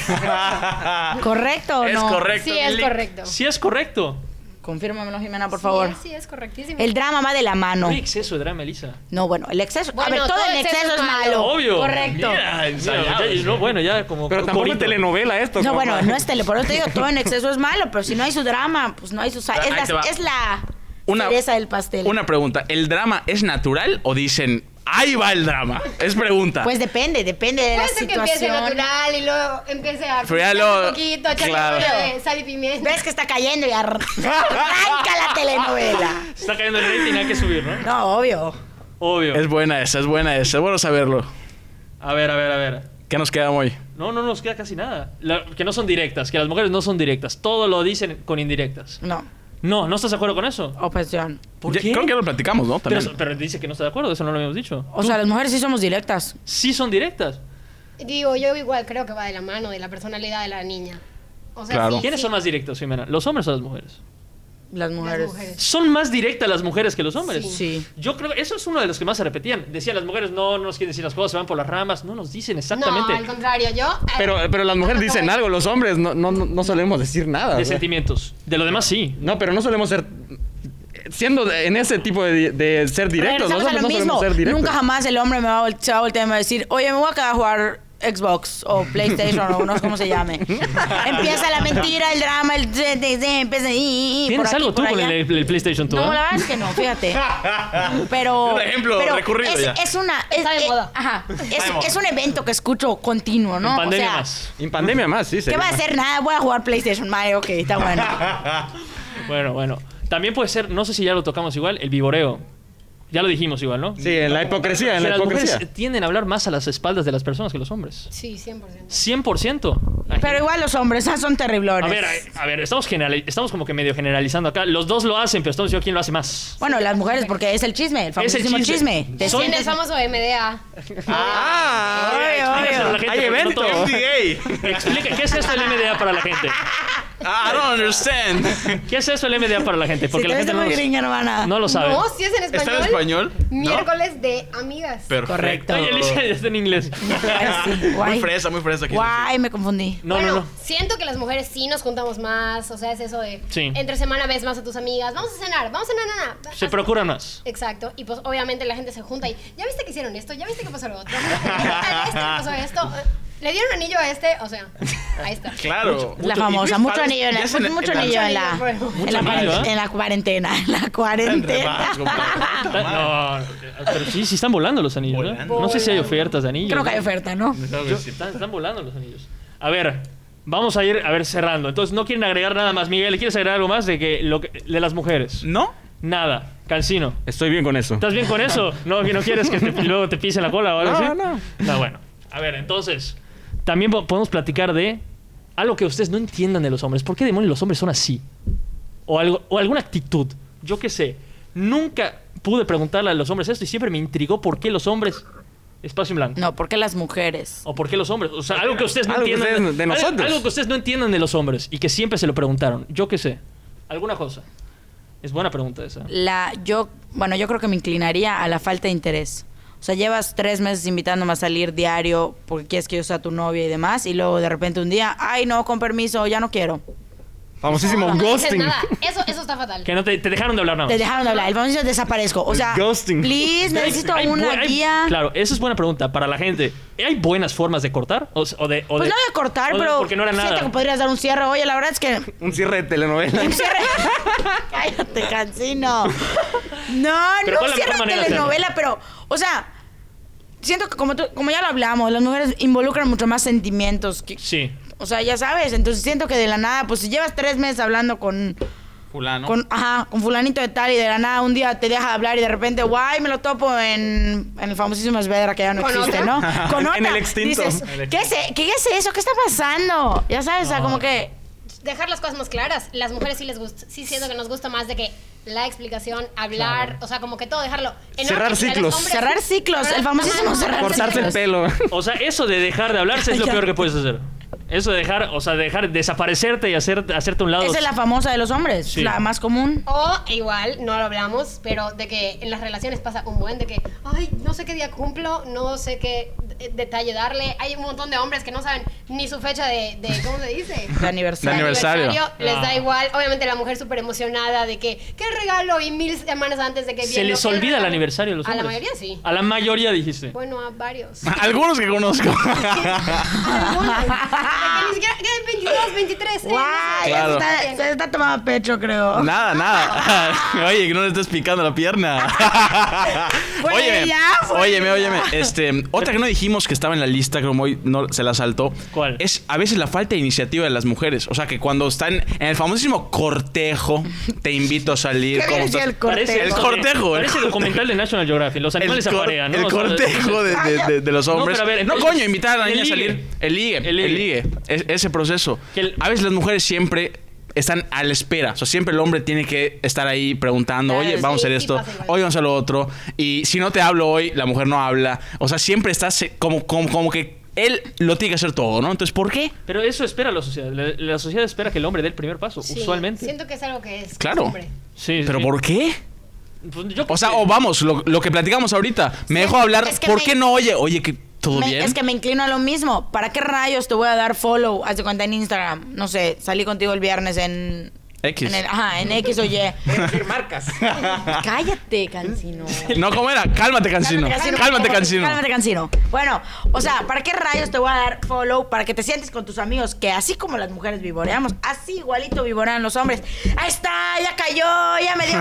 Speaker 4: ¿Correcto o
Speaker 3: Es
Speaker 4: no?
Speaker 3: correcto.
Speaker 5: Sí, es
Speaker 3: Lili.
Speaker 5: correcto.
Speaker 1: Si es correcto.
Speaker 4: Confírmamelo, Jimena, por
Speaker 5: Sí,
Speaker 4: favor.
Speaker 5: Sí, es correctísimo.
Speaker 4: El drama va de la mano.
Speaker 1: Qué exceso de drama, Elisa.
Speaker 4: No, bueno, el exceso. a
Speaker 5: Bueno,
Speaker 4: ver, todo, el exceso es malo.
Speaker 1: Obvio.
Speaker 4: Correcto.
Speaker 1: Mira,
Speaker 3: ensayado,
Speaker 1: ya-
Speaker 3: sí.
Speaker 1: no, bueno, ya como
Speaker 2: Pero tampoco es
Speaker 1: corito.
Speaker 2: telenovela esto.
Speaker 4: No,
Speaker 2: como
Speaker 4: bueno,
Speaker 2: para-
Speaker 4: no es tele, por eso te digo, todo en exceso es malo, pero si no hay su drama, pues no hay su... sa-
Speaker 3: Ahí
Speaker 4: Es
Speaker 3: te
Speaker 4: la,
Speaker 3: va.
Speaker 4: es la
Speaker 3: Una-
Speaker 4: cereza del pastel.
Speaker 3: Una pregunta. ¿El drama es natural o dicen, ahí va el drama? Es pregunta.
Speaker 4: Pues depende, depende de la
Speaker 5: Puede ser que empiece
Speaker 4: situación.
Speaker 5: natural y luego empiece a
Speaker 3: Pero ya luego-
Speaker 5: un poquito, echarle
Speaker 3: claro.
Speaker 5: un poco de sal y pimienta.
Speaker 4: Ves que está cayendo y ar- arranca la telenovela.
Speaker 1: Está cayendo el rating, hay que subir, ¿no?
Speaker 4: No, obvio.
Speaker 1: Obvio.
Speaker 3: Es buena esa, es buena esa. Es bueno saberlo.
Speaker 1: A ver, a ver, a ver.
Speaker 3: ¿Qué nos queda hoy?
Speaker 1: No, no nos queda casi nada. La- que no son directas, que las mujeres no son directas. Todo lo dicen con indirectas.
Speaker 4: No,
Speaker 1: No, ¿no estás de acuerdo con eso?
Speaker 4: opresión.
Speaker 1: ¿Por
Speaker 3: Ya-
Speaker 1: qué?
Speaker 3: Creo que lo platicamos, ¿no?
Speaker 1: pero,
Speaker 3: También.
Speaker 1: pero dice que no está de acuerdo, eso no lo habíamos dicho.
Speaker 4: O sea, las mujeres sí somos directas.
Speaker 1: Sí son directas.
Speaker 5: Digo, yo igual creo que va de la mano de la personalidad de la niña. O sea,
Speaker 3: Claro.
Speaker 5: sí,
Speaker 1: ¿Quiénes
Speaker 5: sí.
Speaker 1: son más directos, Jimena? ¿Los hombres o las mujeres?
Speaker 4: Las
Speaker 5: Las
Speaker 4: mujeres.
Speaker 5: mujeres.
Speaker 1: Son más directas las mujeres que los hombres.
Speaker 4: Sí. Sí.
Speaker 1: Yo creo que eso es uno de los que más se repetían. Decían las mujeres, no, no nos quieren decir las cosas, se van por las ramas, no nos dicen exactamente
Speaker 5: No, al contrario, yo. eh,
Speaker 2: Pero, pero las mujeres dicen algo, los hombres no, no, no- no solemos decir nada.
Speaker 1: de
Speaker 2: o sea.
Speaker 1: sentimientos. De lo demás, sí.
Speaker 2: No, pero no solemos ser. Siendo de- en ese tipo de, de ser directos,
Speaker 4: Regresamos
Speaker 2: nosotros
Speaker 4: a lo
Speaker 2: no solemos
Speaker 4: mismo.
Speaker 2: ser directos.
Speaker 4: Nunca jamás el hombre me va a vol- se va a voltear y me va a decir, oye, me voy a quedar a jugar Xbox
Speaker 1: <laughs>
Speaker 4: o PlayStation o no sé cómo se llame. empieza la mentira, el drama, el... Empieza...
Speaker 1: ¿Tienes algo tú con el, el PlayStation tú?
Speaker 4: No,
Speaker 1: eh?
Speaker 4: la verdad es que no,
Speaker 1: <laughs>
Speaker 4: fíjate. Pero.
Speaker 3: Un ejemplo
Speaker 4: pero
Speaker 3: recurrido
Speaker 4: es,
Speaker 3: ya.
Speaker 4: es una. Es,
Speaker 5: Está de
Speaker 4: eh,
Speaker 5: moda.
Speaker 4: ajá.
Speaker 3: de
Speaker 4: Es,
Speaker 3: moda.
Speaker 4: es un evento que escucho continuo, ¿no?
Speaker 1: En pandemia
Speaker 4: o sea,
Speaker 1: más.
Speaker 2: En pandemia más, sí.
Speaker 4: ¿qué
Speaker 2: sería
Speaker 4: va a
Speaker 2: más.
Speaker 4: hacer? Nada, voy a jugar PlayStation. Mario, ok,
Speaker 1: <laughs>
Speaker 4: está bueno.
Speaker 1: Bueno, bueno. También puede ser, no sé si ya lo tocamos igual, el viboreo. Ya lo dijimos igual, ¿no?
Speaker 2: Sí, en la hipocresía, en
Speaker 1: Que
Speaker 2: la
Speaker 1: las
Speaker 2: hipocresía.
Speaker 1: mujeres tienden a hablar más a las espaldas de las personas que los hombres.
Speaker 5: Sí, 100%.
Speaker 1: 100%. Ay,
Speaker 4: Pero igual los hombres ah, son
Speaker 1: A
Speaker 4: terriblores.
Speaker 1: ver, a, a ver, estamos, generali- estamos como que medio generalizando acá. Los dos lo hacen, pero estamos diciendo quién lo hace más.
Speaker 4: Bueno, las mujeres, porque es el chisme, el
Speaker 1: el
Speaker 4: famosísimo
Speaker 1: chisme.
Speaker 4: chisme. Te
Speaker 1: Soy-
Speaker 5: ¿Quién
Speaker 4: sientes-
Speaker 5: es famoso MDA?
Speaker 2: ¡Ah!
Speaker 4: Obvio,
Speaker 1: explícaselo
Speaker 4: obvio.
Speaker 1: a la gente,
Speaker 2: ¡Hay
Speaker 1: porque no
Speaker 2: evento!
Speaker 1: todo-
Speaker 3: <laughs> MDA.
Speaker 1: Explica, ¿qué es esto el MDA para la gente?
Speaker 3: I don't understand.
Speaker 1: ¿Qué es eso el MDA para la gente?
Speaker 4: Si
Speaker 1: Porque
Speaker 4: te
Speaker 1: la
Speaker 4: ves
Speaker 1: gente
Speaker 4: de
Speaker 1: no,
Speaker 4: muy
Speaker 1: los-
Speaker 4: gringa, no van a.
Speaker 1: no lo sabe.
Speaker 5: No, si es en español.
Speaker 3: ¿Está en español? ¿No?
Speaker 5: Miércoles de amigas.
Speaker 3: Perfecto.
Speaker 1: Ay, Alicia ya está en inglés.
Speaker 4: Ay, sí,
Speaker 3: <laughs> Muy
Speaker 4: guay.
Speaker 3: fresa, muy fresa. aquí.
Speaker 4: Guay, me confundí.
Speaker 1: No,
Speaker 5: bueno,
Speaker 1: no, no.
Speaker 5: siento que las mujeres sí nos juntamos más, o sea, es eso de
Speaker 1: Sí.
Speaker 5: entre semana ves más a tus amigas, vamos a cenar, vamos a cenar, nada.
Speaker 1: Se procura más.
Speaker 5: Exacto, y pues obviamente la gente se junta y ya viste que hicieron esto, ya viste que pasó
Speaker 2: <laughs>
Speaker 5: lo otro, ¿Ya viste que pasó esto, eh, le dieron anillo a este, o sea,
Speaker 2: <laughs>
Speaker 5: ahí está.
Speaker 3: Claro.
Speaker 4: La famosa, mucho anillo en
Speaker 3: Ya se le-
Speaker 4: la, mucho
Speaker 3: en la-
Speaker 4: anillo en la,
Speaker 5: Mucho anillo,
Speaker 4: en la
Speaker 1: Mucho anillo,
Speaker 4: cuaren-
Speaker 1: ¿eh?
Speaker 4: en la cuarentena, <laughs> en la
Speaker 3: Entre
Speaker 4: cuarentena.
Speaker 3: más, compadre.
Speaker 1: Está- No, no, pero sí, sí están volando los anillos. ¿verdad?
Speaker 3: Volando.
Speaker 1: No sé si hay ofertas de anillos.
Speaker 4: <laughs> Creo que hay oferta, ¿no?
Speaker 1: Yo- están, están volando los anillos. A ver, vamos a ir a ver cerrando. Entonces, no quieren agregar nada más, Miguel. ¿Quieres agregar algo más de que lo que- de las mujeres?
Speaker 3: ¿No?
Speaker 1: Nada. Calcino.
Speaker 2: Estoy bien con eso.
Speaker 1: ¿Estás bien con eso? No, que no quieres que te- luego te pisen la cola o algo
Speaker 2: No,
Speaker 1: así.
Speaker 2: no.
Speaker 1: No, bueno. A ver, entonces, también po- podemos platicar de algo que ustedes no entiendan de los hombres. ¿Por qué demonios los hombres son así? O, algo, o alguna actitud. Yo qué sé. Nunca pude preguntarle a los hombres esto y siempre me intrigó por qué los hombres. Espacio en blanco.
Speaker 4: No, porque las mujeres.
Speaker 1: ¿O por qué los hombres? O sea, algo que ustedes no
Speaker 2: Algo que
Speaker 1: entiendan.
Speaker 2: ustedes de
Speaker 1: algo-
Speaker 2: nosotros.
Speaker 1: Algo, que ustedes no entiendan de los hombres y que siempre se lo preguntaron. Yo qué sé. Alguna cosa. Es buena pregunta esa.
Speaker 4: La, yo, bueno, yo creo que me inclinaría a la falta de interés. O sea, llevas tres meses invitándome a salir diario porque quieres que yo sea tu novia y demás, y luego de repente un día, ay no, con permiso, ya no quiero.
Speaker 2: Famosísimo
Speaker 5: No, no dices
Speaker 2: ghosting.
Speaker 5: nada, Eso, eso está fatal.
Speaker 1: Que no te, te dejaron de hablar nada
Speaker 4: Te
Speaker 1: más.
Speaker 4: dejaron de hablar, el famoso desaparezco. O sea,
Speaker 1: <laughs>
Speaker 2: Ghosting.
Speaker 4: please, necesito
Speaker 1: Hay bu-
Speaker 4: una
Speaker 1: hay-
Speaker 4: guía.
Speaker 1: Claro, esa es buena pregunta para la gente. ¿Hay buenas formas de cortar? O, s- o de, o
Speaker 4: Pues
Speaker 1: de-
Speaker 4: no voy a cortar,
Speaker 1: o de-
Speaker 4: pero
Speaker 1: Porque no era
Speaker 4: siento
Speaker 1: nada.
Speaker 4: que podrías dar un cierre. Oye, la verdad es que
Speaker 2: <laughs>
Speaker 1: <laughs>
Speaker 2: Un cierre de telenovela.
Speaker 4: Un cierre. <laughs> Cállate, cansino. No,
Speaker 1: Pero
Speaker 4: no
Speaker 1: ¿cuál es la
Speaker 4: cierre
Speaker 1: mejor manera de
Speaker 4: telenovela, pero, o sea, siento que como, tú- como ya lo hablamos, las mujeres involucran mucho más sentimientos. que-
Speaker 1: Sí.
Speaker 4: o sea, ya sabes, entonces siento que de la nada, pues si llevas tres meses hablando con,
Speaker 3: Fulano.
Speaker 4: con, ajá, con fulanito de tal y de la nada un día te deja de hablar y de repente, guay, me lo topo en, en el famosísimo Svedra que ya no
Speaker 5: ¿Con
Speaker 4: existe,
Speaker 5: otra?
Speaker 4: ¿no? Con
Speaker 2: En
Speaker 4: otra.
Speaker 2: el extinto.
Speaker 4: Dices,
Speaker 2: En
Speaker 4: ¿qué es, e- ¿qué es eso? ¿Qué está pasando? Ya sabes, o sea, como que...
Speaker 5: Dejar las cosas más claras. Las mujeres sí les gusta, sí siento que nos gusta más de que la explicación, hablar, o sea, como que todo dejarlo. en
Speaker 2: Cerrar
Speaker 5: orden, y a los
Speaker 2: ciclos.
Speaker 5: hombres-
Speaker 4: Cerrar ciclos, el famosísimo cerrar
Speaker 2: Cortarse el
Speaker 4: ciclos.
Speaker 2: pelo.
Speaker 1: O sea, eso de dejar de hablarse es lo
Speaker 4: <laughs> Ya.
Speaker 1: peor que puedes hacer. Eso de dejar, o sea, de dejar desaparecerte y hacer, hacerte a un lado.
Speaker 4: Esa es la famosa de los hombres,
Speaker 1: Sí.
Speaker 4: la más común.
Speaker 5: O igual, no lo hablamos, pero de que en las relaciones pasa un buen de que, ay, no sé qué día cumplo, no sé qué de- detalle darle. Hay un montón de hombres que no saben ni su fecha de, de- ¿cómo se
Speaker 2: <laughs>
Speaker 5: dice?
Speaker 4: De aniversario.
Speaker 3: De aniversario.
Speaker 5: Les da
Speaker 1: Ah.
Speaker 5: igual. Obviamente la mujer súper emocionada de que, ¿qué regalo? Y mil semanas antes de que
Speaker 1: Se
Speaker 5: viendo
Speaker 1: les
Speaker 5: qué
Speaker 1: olvida el
Speaker 5: regalo.
Speaker 1: aniversario de los
Speaker 5: A la
Speaker 1: hombres.
Speaker 5: mayoría sí.
Speaker 1: A la mayoría dijiste.
Speaker 5: Bueno, a varios.
Speaker 3: <laughs> <laughs> Algunos que
Speaker 4: <laughs>
Speaker 3: conozco.
Speaker 5: Algunos. De que ni siquiera, que 22, 23. eh, no sé.
Speaker 4: Guay,
Speaker 3: Claro.
Speaker 4: eso está, se está tomando a pecho, creo.
Speaker 3: nada,
Speaker 4: <laughs>
Speaker 3: nada. Oye, que no le estés picando la pierna.
Speaker 4: Bueno,
Speaker 3: óyeme,
Speaker 4: ya, bueno,
Speaker 3: óyeme,
Speaker 4: ya.
Speaker 3: óyeme. Este, otra que no dijimos que estaba en la lista, como hoy no se la saltó.
Speaker 1: ¿Cuál?
Speaker 3: Es a veces la falta de iniciativa de las mujeres. O sea, que cuando están en el famosísimo cortejo, te invito a salir.
Speaker 4: <laughs> ¿Qué
Speaker 3: ¿cómo
Speaker 4: viene a
Speaker 3: estás?
Speaker 4: ser el cortejo?
Speaker 1: Parece-
Speaker 3: El cortejo, el
Speaker 1: Parece
Speaker 3: cortejo.
Speaker 1: documental de National Geographic. Los animales
Speaker 3: cor-
Speaker 1: aparean, ¿no?
Speaker 3: el
Speaker 1: O sea,
Speaker 3: cortejo de, de- de- de los
Speaker 1: No,
Speaker 3: hombres. No,
Speaker 1: pero a ver, entonces-
Speaker 3: coño, invitar a la
Speaker 1: el
Speaker 3: niña a
Speaker 1: ligue.
Speaker 3: salir. El ligue,
Speaker 1: El
Speaker 3: el ligue.
Speaker 1: ligue.
Speaker 3: Es- ese proceso.
Speaker 1: Que el-
Speaker 3: A veces las mujeres siempre están a la espera. O sea, siempre el hombre tiene que estar ahí preguntando,
Speaker 4: Claro,
Speaker 3: oye, vamos
Speaker 5: sí,
Speaker 3: a hacer
Speaker 5: sí
Speaker 3: esto,
Speaker 5: pasa igual.
Speaker 3: hoy vamos a lo otro. Y si no te hablo hoy, la mujer no habla. O sea, siempre estás eh, como, como, como que él lo tiene que hacer todo, ¿no? Entonces, ¿por qué?
Speaker 1: Pero eso espera la sociedad. La, la sociedad espera que el hombre dé el primer paso,
Speaker 5: Sí,
Speaker 1: usualmente.
Speaker 5: Siento que es algo que es.
Speaker 3: Claro.
Speaker 5: costumbre.
Speaker 1: Sí, sí,
Speaker 3: ¿Pero
Speaker 1: sí.
Speaker 3: por qué?
Speaker 1: Pues yo
Speaker 3: O sea,
Speaker 1: creo
Speaker 3: o
Speaker 1: que-
Speaker 3: vamos, lo, lo que platicamos ahorita. Me
Speaker 4: Sí,
Speaker 3: dejó hablar.
Speaker 4: es que
Speaker 3: ¿Por
Speaker 4: me-
Speaker 3: qué no? Oye, oye, que todo
Speaker 4: Me-
Speaker 3: bien.
Speaker 4: Es que me inclino a lo mismo. ¿Para qué rayos te voy a dar follow? Haz de cuenta en Instagram. No sé, salí contigo el viernes en.
Speaker 3: X.
Speaker 4: en el- ajá, en X
Speaker 1: <laughs>
Speaker 4: o Y.
Speaker 2: marcas.
Speaker 4: <laughs> Cállate, cancino.
Speaker 3: No, ¿cómo era? Cálmate, Cancino. Cálmate, Cancino.
Speaker 4: Cálmate, Cancino. Bueno, o sea, ¿para qué rayos te voy a dar follow? Para que te sientes con tus amigos, que así como las mujeres vivoreamos, así igualito vivorean los hombres. ¡Ahí está! ¡Ya cayó! ¡Ya me dio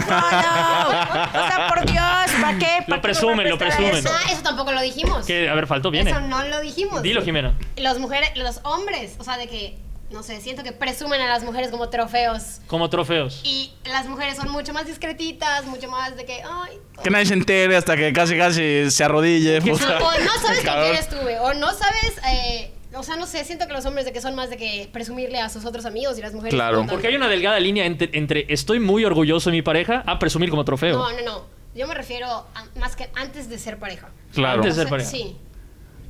Speaker 4: follow! O sea, por Dios, ¿para qué? ¿Para qué me voy a
Speaker 1: presumen, lo
Speaker 4: prestar a
Speaker 1: presumen.
Speaker 4: eso?
Speaker 5: Ah, eso tampoco lo dijimos.
Speaker 1: Que, a ver, faltó, viene.
Speaker 5: Eso no lo dijimos.
Speaker 1: Dilo, Jimena.
Speaker 5: Los mujeres, los hombres, o sea, de que, no sé, siento que presumen a las mujeres como trofeos.
Speaker 1: Como trofeos.
Speaker 5: Y las mujeres son mucho más discretitas, mucho más de que, ay,
Speaker 3: Que nadie se entere hasta que casi casi se arrodille.
Speaker 5: o,
Speaker 3: puta.
Speaker 5: o no sabes con
Speaker 3: Cabrón.
Speaker 5: quién estuve, o no sabes, eh, o sea, no sé, siento que los hombres de que son más de que presumirle a sus otros amigos y las mujeres.
Speaker 3: Claro.
Speaker 5: no tanto.
Speaker 1: Porque hay una delgada línea entre, entre estoy muy orgulloso de mi pareja a presumir como trofeo.
Speaker 5: No, no, no. Yo me refiero a- más que antes de ser pareja.
Speaker 3: Claro.
Speaker 1: Antes de
Speaker 5: O
Speaker 1: ser
Speaker 5: sea,
Speaker 1: pareja.
Speaker 5: Sí.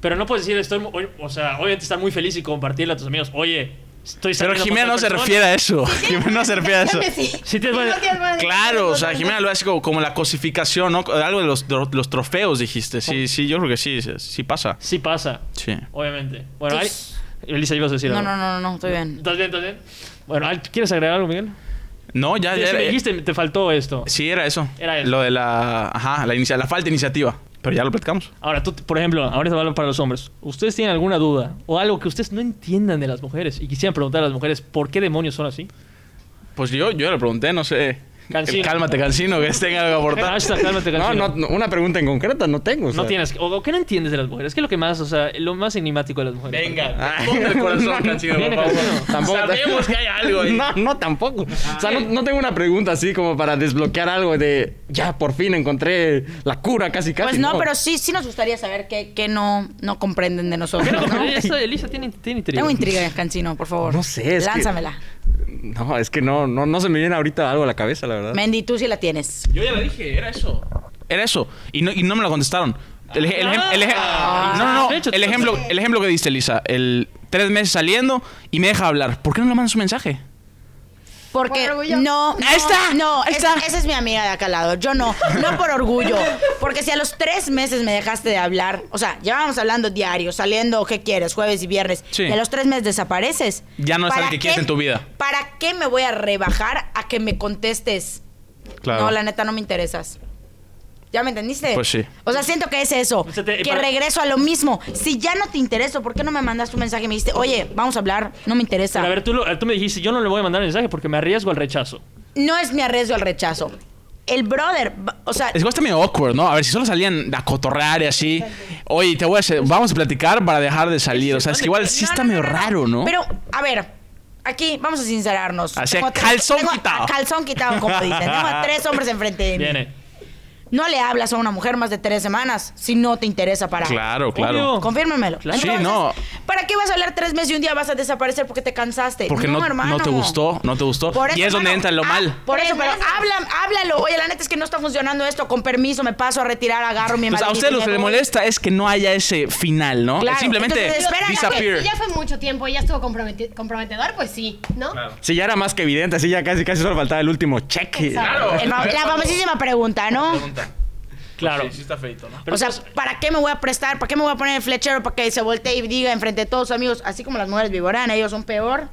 Speaker 1: Pero no puedes decir, estoy. mu- oye, O sea, obviamente estar muy feliz y compartirle a tus amigos. Oye, estoy
Speaker 3: Pero
Speaker 1: saliendo con
Speaker 3: Jimena
Speaker 1: tal
Speaker 3: no se
Speaker 1: persona".
Speaker 3: refiere a eso. Jimena no se refiere a eso.
Speaker 5: Creo que sí.
Speaker 1: Sí te-
Speaker 5: <laughs> No tienes más-
Speaker 3: Claro, o sea, Jimena lo hace como, como la cosificación, ¿no? Algo de los, de los trofeos, dijiste. Sí, sí, yo creo que sí, sí, sí pasa.
Speaker 1: Sí pasa.
Speaker 3: Sí.
Speaker 1: Obviamente. Bueno, hay.
Speaker 5: Pues
Speaker 4: Tus-
Speaker 1: Elisa, ibas a decir
Speaker 4: No,
Speaker 1: algo.
Speaker 4: no, no, no, estoy bien.
Speaker 1: ¿Estás bien? ¿Estás bien? Bueno, ¿al- ¿quieres agregar algo, Miguel?
Speaker 3: No, ya,
Speaker 1: Sí,
Speaker 3: ya
Speaker 1: si
Speaker 3: era, eh,
Speaker 1: me dijiste, te faltó esto.
Speaker 3: Sí, era eso.
Speaker 1: Era eso.
Speaker 3: Lo de la. Ajá, la, inicia- la falta de iniciativa. Pero ya lo platicamos.
Speaker 1: Ahora, tú, por ejemplo, ahora esto va para los hombres. ¿Ustedes tienen alguna duda o algo que ustedes no entiendan de las mujeres y quisieran preguntar a las mujeres por qué demonios son así?
Speaker 3: Pues yo, yo le pregunté, no sé.
Speaker 1: Cancino.
Speaker 3: El Cálmate, Cancino, que tenga algo que aportar.
Speaker 1: Hashtag, cálmate,
Speaker 2: <laughs> No,
Speaker 1: Cancino.
Speaker 2: no, no, una pregunta en concreta no tengo. o
Speaker 1: No
Speaker 2: sea.
Speaker 1: tienes. que- O, o qué no entiendes de las mujeres? ¿Qué es lo que más, o sea, lo más enigmático de las mujeres?
Speaker 3: Ah. Ponme
Speaker 2: <laughs>
Speaker 3: el corazón, Cancino, por
Speaker 1: Viene
Speaker 3: favor.
Speaker 1: Cancino.
Speaker 2: Tampoco-
Speaker 3: Sabemos que hay algo ahí.
Speaker 2: <laughs>
Speaker 3: Ah,
Speaker 2: No, no, tampoco. O sea, no, no tengo una pregunta así como para desbloquear algo de ya por fin encontré la cura casi casi.
Speaker 4: Pues no, pero sí, sí nos gustaría saber qué, qué no, no comprenden de nosotros.
Speaker 1: Pero,
Speaker 4: <laughs> ¿no?
Speaker 1: pero esto de Elisa tiene, tiene intriga.
Speaker 4: Tengo intriga, Cancino, por favor.
Speaker 2: No sé, es que-
Speaker 4: Lánzamela.
Speaker 2: No, es que no, no, no se me viene ahorita algo a la cabeza, la verdad.
Speaker 4: Mendy, tú sí la tienes.
Speaker 3: Yo ya le dije, era eso. Era eso. Y no, y no me lo contestaron. El, eje- el ejem- el eje-
Speaker 1: Ah.
Speaker 3: no, no, no.
Speaker 1: Satisfecho,
Speaker 3: El ejemplo, el ejemplo que diste, Lisa. El tres meses saliendo y me deja hablar. ¿Por qué no le mandas un mensaje?
Speaker 4: Porque
Speaker 5: Por orgullo.
Speaker 4: no, no.
Speaker 3: Ahí está,
Speaker 4: No,
Speaker 3: ahí
Speaker 4: es-
Speaker 3: está.
Speaker 4: esa es mi amiga de acá al lado. Yo no. No por orgullo. Porque si a los tres meses me dejaste de hablar, o sea, llevábamos hablando diario, saliendo, ¿qué quieres? Jueves y viernes.
Speaker 3: Sí.
Speaker 4: Y a los tres meses desapareces.
Speaker 3: Ya no es
Speaker 4: ¿Para
Speaker 3: alguien que quieres
Speaker 4: qué-
Speaker 3: en tu vida.
Speaker 4: ¿Para qué me voy a rebajar a que me contestes? No, la neta, no me interesas. ¿Ya me entendiste?
Speaker 3: Pues sí.
Speaker 4: O sea, siento que es eso.
Speaker 1: O sea, te-
Speaker 4: que
Speaker 1: para-
Speaker 4: regreso a lo mismo. Si ya no te intereso, ¿por qué no me mandas tu mensaje y me dijiste, oye, vamos a hablar? No me interesa.
Speaker 1: Pero a ver, tú, lo- tú me dijiste, yo no le voy a mandar mensaje porque me arriesgo al rechazo.
Speaker 4: No es mi arriesgo al rechazo. El brother, va- o sea,
Speaker 3: Es que está medio awkward, ¿no? A ver, si solo salían a cotorrear y así. Oye, te voy a hacer- vamos a platicar para dejar de salir. O sea, es que igual sí
Speaker 4: No,
Speaker 3: está
Speaker 4: no, no,
Speaker 3: medio
Speaker 4: no, no.
Speaker 3: raro, ¿no?
Speaker 4: Pero, a ver, aquí vamos a sincerarnos.
Speaker 3: Así,
Speaker 4: Tengo
Speaker 3: a
Speaker 4: tres-
Speaker 3: calzón
Speaker 4: tengo a-
Speaker 3: quitado.
Speaker 4: a calzón quitado, como dicen. Tengo a tres hombres enfrente de mí.
Speaker 1: Viene.
Speaker 4: No le hablas a una mujer más de tres semanas si no te interesa para.
Speaker 3: Claro, claro.
Speaker 1: Obvio.
Speaker 4: Confírmemelo.
Speaker 1: Claro.
Speaker 3: Sí, no.
Speaker 4: ¿Para qué vas a hablar tres meses y un día vas a desaparecer porque te cansaste?
Speaker 3: Porque no,
Speaker 4: hermano.
Speaker 3: no te gustó, no te gustó.
Speaker 4: Por
Speaker 3: y
Speaker 4: eso,
Speaker 3: es donde
Speaker 4: hermano,
Speaker 3: entra lo
Speaker 4: ah,
Speaker 3: mal.
Speaker 4: Por eso,
Speaker 5: Tres
Speaker 4: pero
Speaker 5: meses.
Speaker 4: hablan, háblalo. Oye, la neta es que no está funcionando esto. Con permiso, me paso a retirar, agarro mi
Speaker 3: Pues a
Speaker 4: maldita
Speaker 3: ustedes lo
Speaker 4: y
Speaker 3: que
Speaker 4: me
Speaker 3: les
Speaker 4: voy.
Speaker 3: molesta es que no haya ese final, ¿no?
Speaker 4: Claro,
Speaker 3: Simplemente
Speaker 4: entonces espera,
Speaker 3: disappear.
Speaker 5: Si ya fue mucho tiempo y ya estuvo comprometi- comprometedor, pues sí, ¿no?
Speaker 2: Sí, ya era más que evidente, así ya casi casi solo faltaba el último cheque.
Speaker 5: Exacto.
Speaker 4: El fam- la famosísima pregunta, ¿no?
Speaker 1: Claro.
Speaker 3: está feito, ¿no?
Speaker 1: Pero
Speaker 4: o sea,
Speaker 1: entonces-
Speaker 4: ¿para qué me voy a prestar? ¿Para qué me voy a poner el flechero para que se voltee y diga enfrente de todos sus amigos? Así como las mujeres viborán, ellos son peor.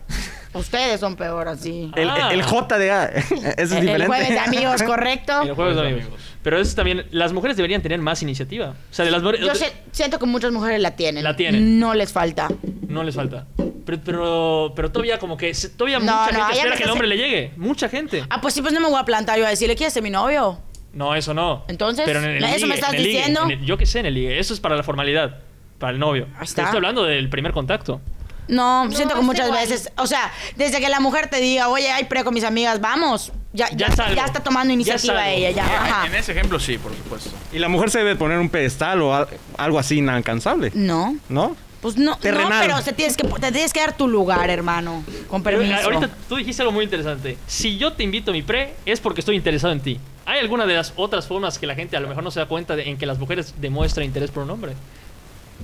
Speaker 4: Ustedes son peor, así.
Speaker 2: El,
Speaker 1: Ah.
Speaker 2: el JDA, <laughs> eso es
Speaker 4: El-
Speaker 2: diferente.
Speaker 4: el jueves de
Speaker 2: <laughs>
Speaker 4: amigos, correcto.
Speaker 3: <laughs>
Speaker 1: Y los juegos de amigos. Pero eso también, las mujeres deberían tener más iniciativa. O sea, de las mujeres.
Speaker 4: Yo sé- siento que muchas mujeres la tienen.
Speaker 1: La tienen.
Speaker 4: No les falta.
Speaker 1: No les falta. Pero, pero, pero todavía, como que. se- Todavía
Speaker 4: No,
Speaker 1: mucha
Speaker 4: no,
Speaker 1: gente
Speaker 4: ya
Speaker 1: espera
Speaker 4: me
Speaker 1: que el
Speaker 4: estás-
Speaker 1: hombre le llegue. Mucha gente.
Speaker 4: Ah, pues sí, pues no me voy a plantar yo a decirle, ¿quieres ser mi novio?
Speaker 1: No, eso no.
Speaker 4: Entonces,
Speaker 1: Pero en el
Speaker 4: ¿eso
Speaker 1: ligue,
Speaker 4: me estás
Speaker 1: en el ligue,
Speaker 4: diciendo?
Speaker 1: en el- yo qué sé, en el ligue. Eso es para la formalidad. Para el novio.
Speaker 4: Ahí está.
Speaker 1: Te Estoy hablando del primer contacto.
Speaker 4: No, este
Speaker 5: No,
Speaker 4: siento que
Speaker 5: es
Speaker 4: muchas
Speaker 5: igual.
Speaker 4: veces, o sea, desde que la mujer te diga, oye, hay pre con mis amigas, vamos, ya,
Speaker 1: Ya
Speaker 4: ya,
Speaker 1: es algo.
Speaker 4: ya está tomando
Speaker 1: Ya
Speaker 4: iniciativa
Speaker 1: es algo.
Speaker 4: ella, ya. ajá.
Speaker 3: Eh, En ese ejemplo sí, por supuesto.
Speaker 2: Y la mujer se debe poner un pedestal o al- algo así inalcanzable,
Speaker 4: No,
Speaker 2: ¿no?
Speaker 4: pues no, no,
Speaker 2: Terrenal.
Speaker 4: pero te tienes, que, te tienes que dar tu lugar, hermano, con
Speaker 1: Pero,
Speaker 4: permiso.
Speaker 1: eh, ahorita tú dijiste algo muy interesante. Si yo te invito a mi pre, es porque estoy interesado en ti. ¿Hay alguna de las otras formas que la gente a lo mejor no se da cuenta de, en que las mujeres demuestran interés por un hombre?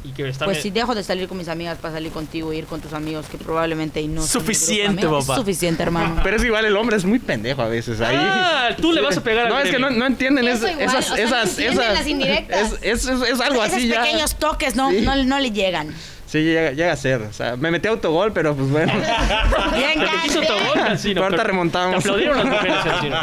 Speaker 1: Y que está
Speaker 4: Pues
Speaker 1: me-
Speaker 4: si dejo de salir con mis amigas para salir contigo, ir con tus amigos, que probablemente y no. son mi grupo de
Speaker 3: Suficiente,
Speaker 4: amigos, es
Speaker 3: papá.
Speaker 4: Suficiente, hermano.
Speaker 2: Pero es igual el hombre es muy pendejo a veces ahí.
Speaker 1: Ah, tú le vas a pegar al
Speaker 2: No, es que
Speaker 1: gremio.
Speaker 2: no, no entienden
Speaker 5: Eso
Speaker 2: es-
Speaker 5: igual,
Speaker 2: esas,
Speaker 5: o sea, no
Speaker 2: esas,
Speaker 5: entienden
Speaker 2: esas-
Speaker 5: las indirectas.
Speaker 2: Es, es, es- es algo
Speaker 4: Esos
Speaker 2: así ya.
Speaker 4: pequeños toques no,
Speaker 2: Sí.
Speaker 4: no, no le llegan.
Speaker 2: Sí, llega, llega a ser. O sea, me metí a autogol, pero pues bueno.
Speaker 4: Bien,
Speaker 1: Te metiste
Speaker 4: Cash.
Speaker 1: autogol, Cancino.
Speaker 2: Ahorita
Speaker 1: Pero-
Speaker 2: remontamos.
Speaker 1: Te aplaudieron las
Speaker 2: <laughs>
Speaker 1: mujeres, Cancino.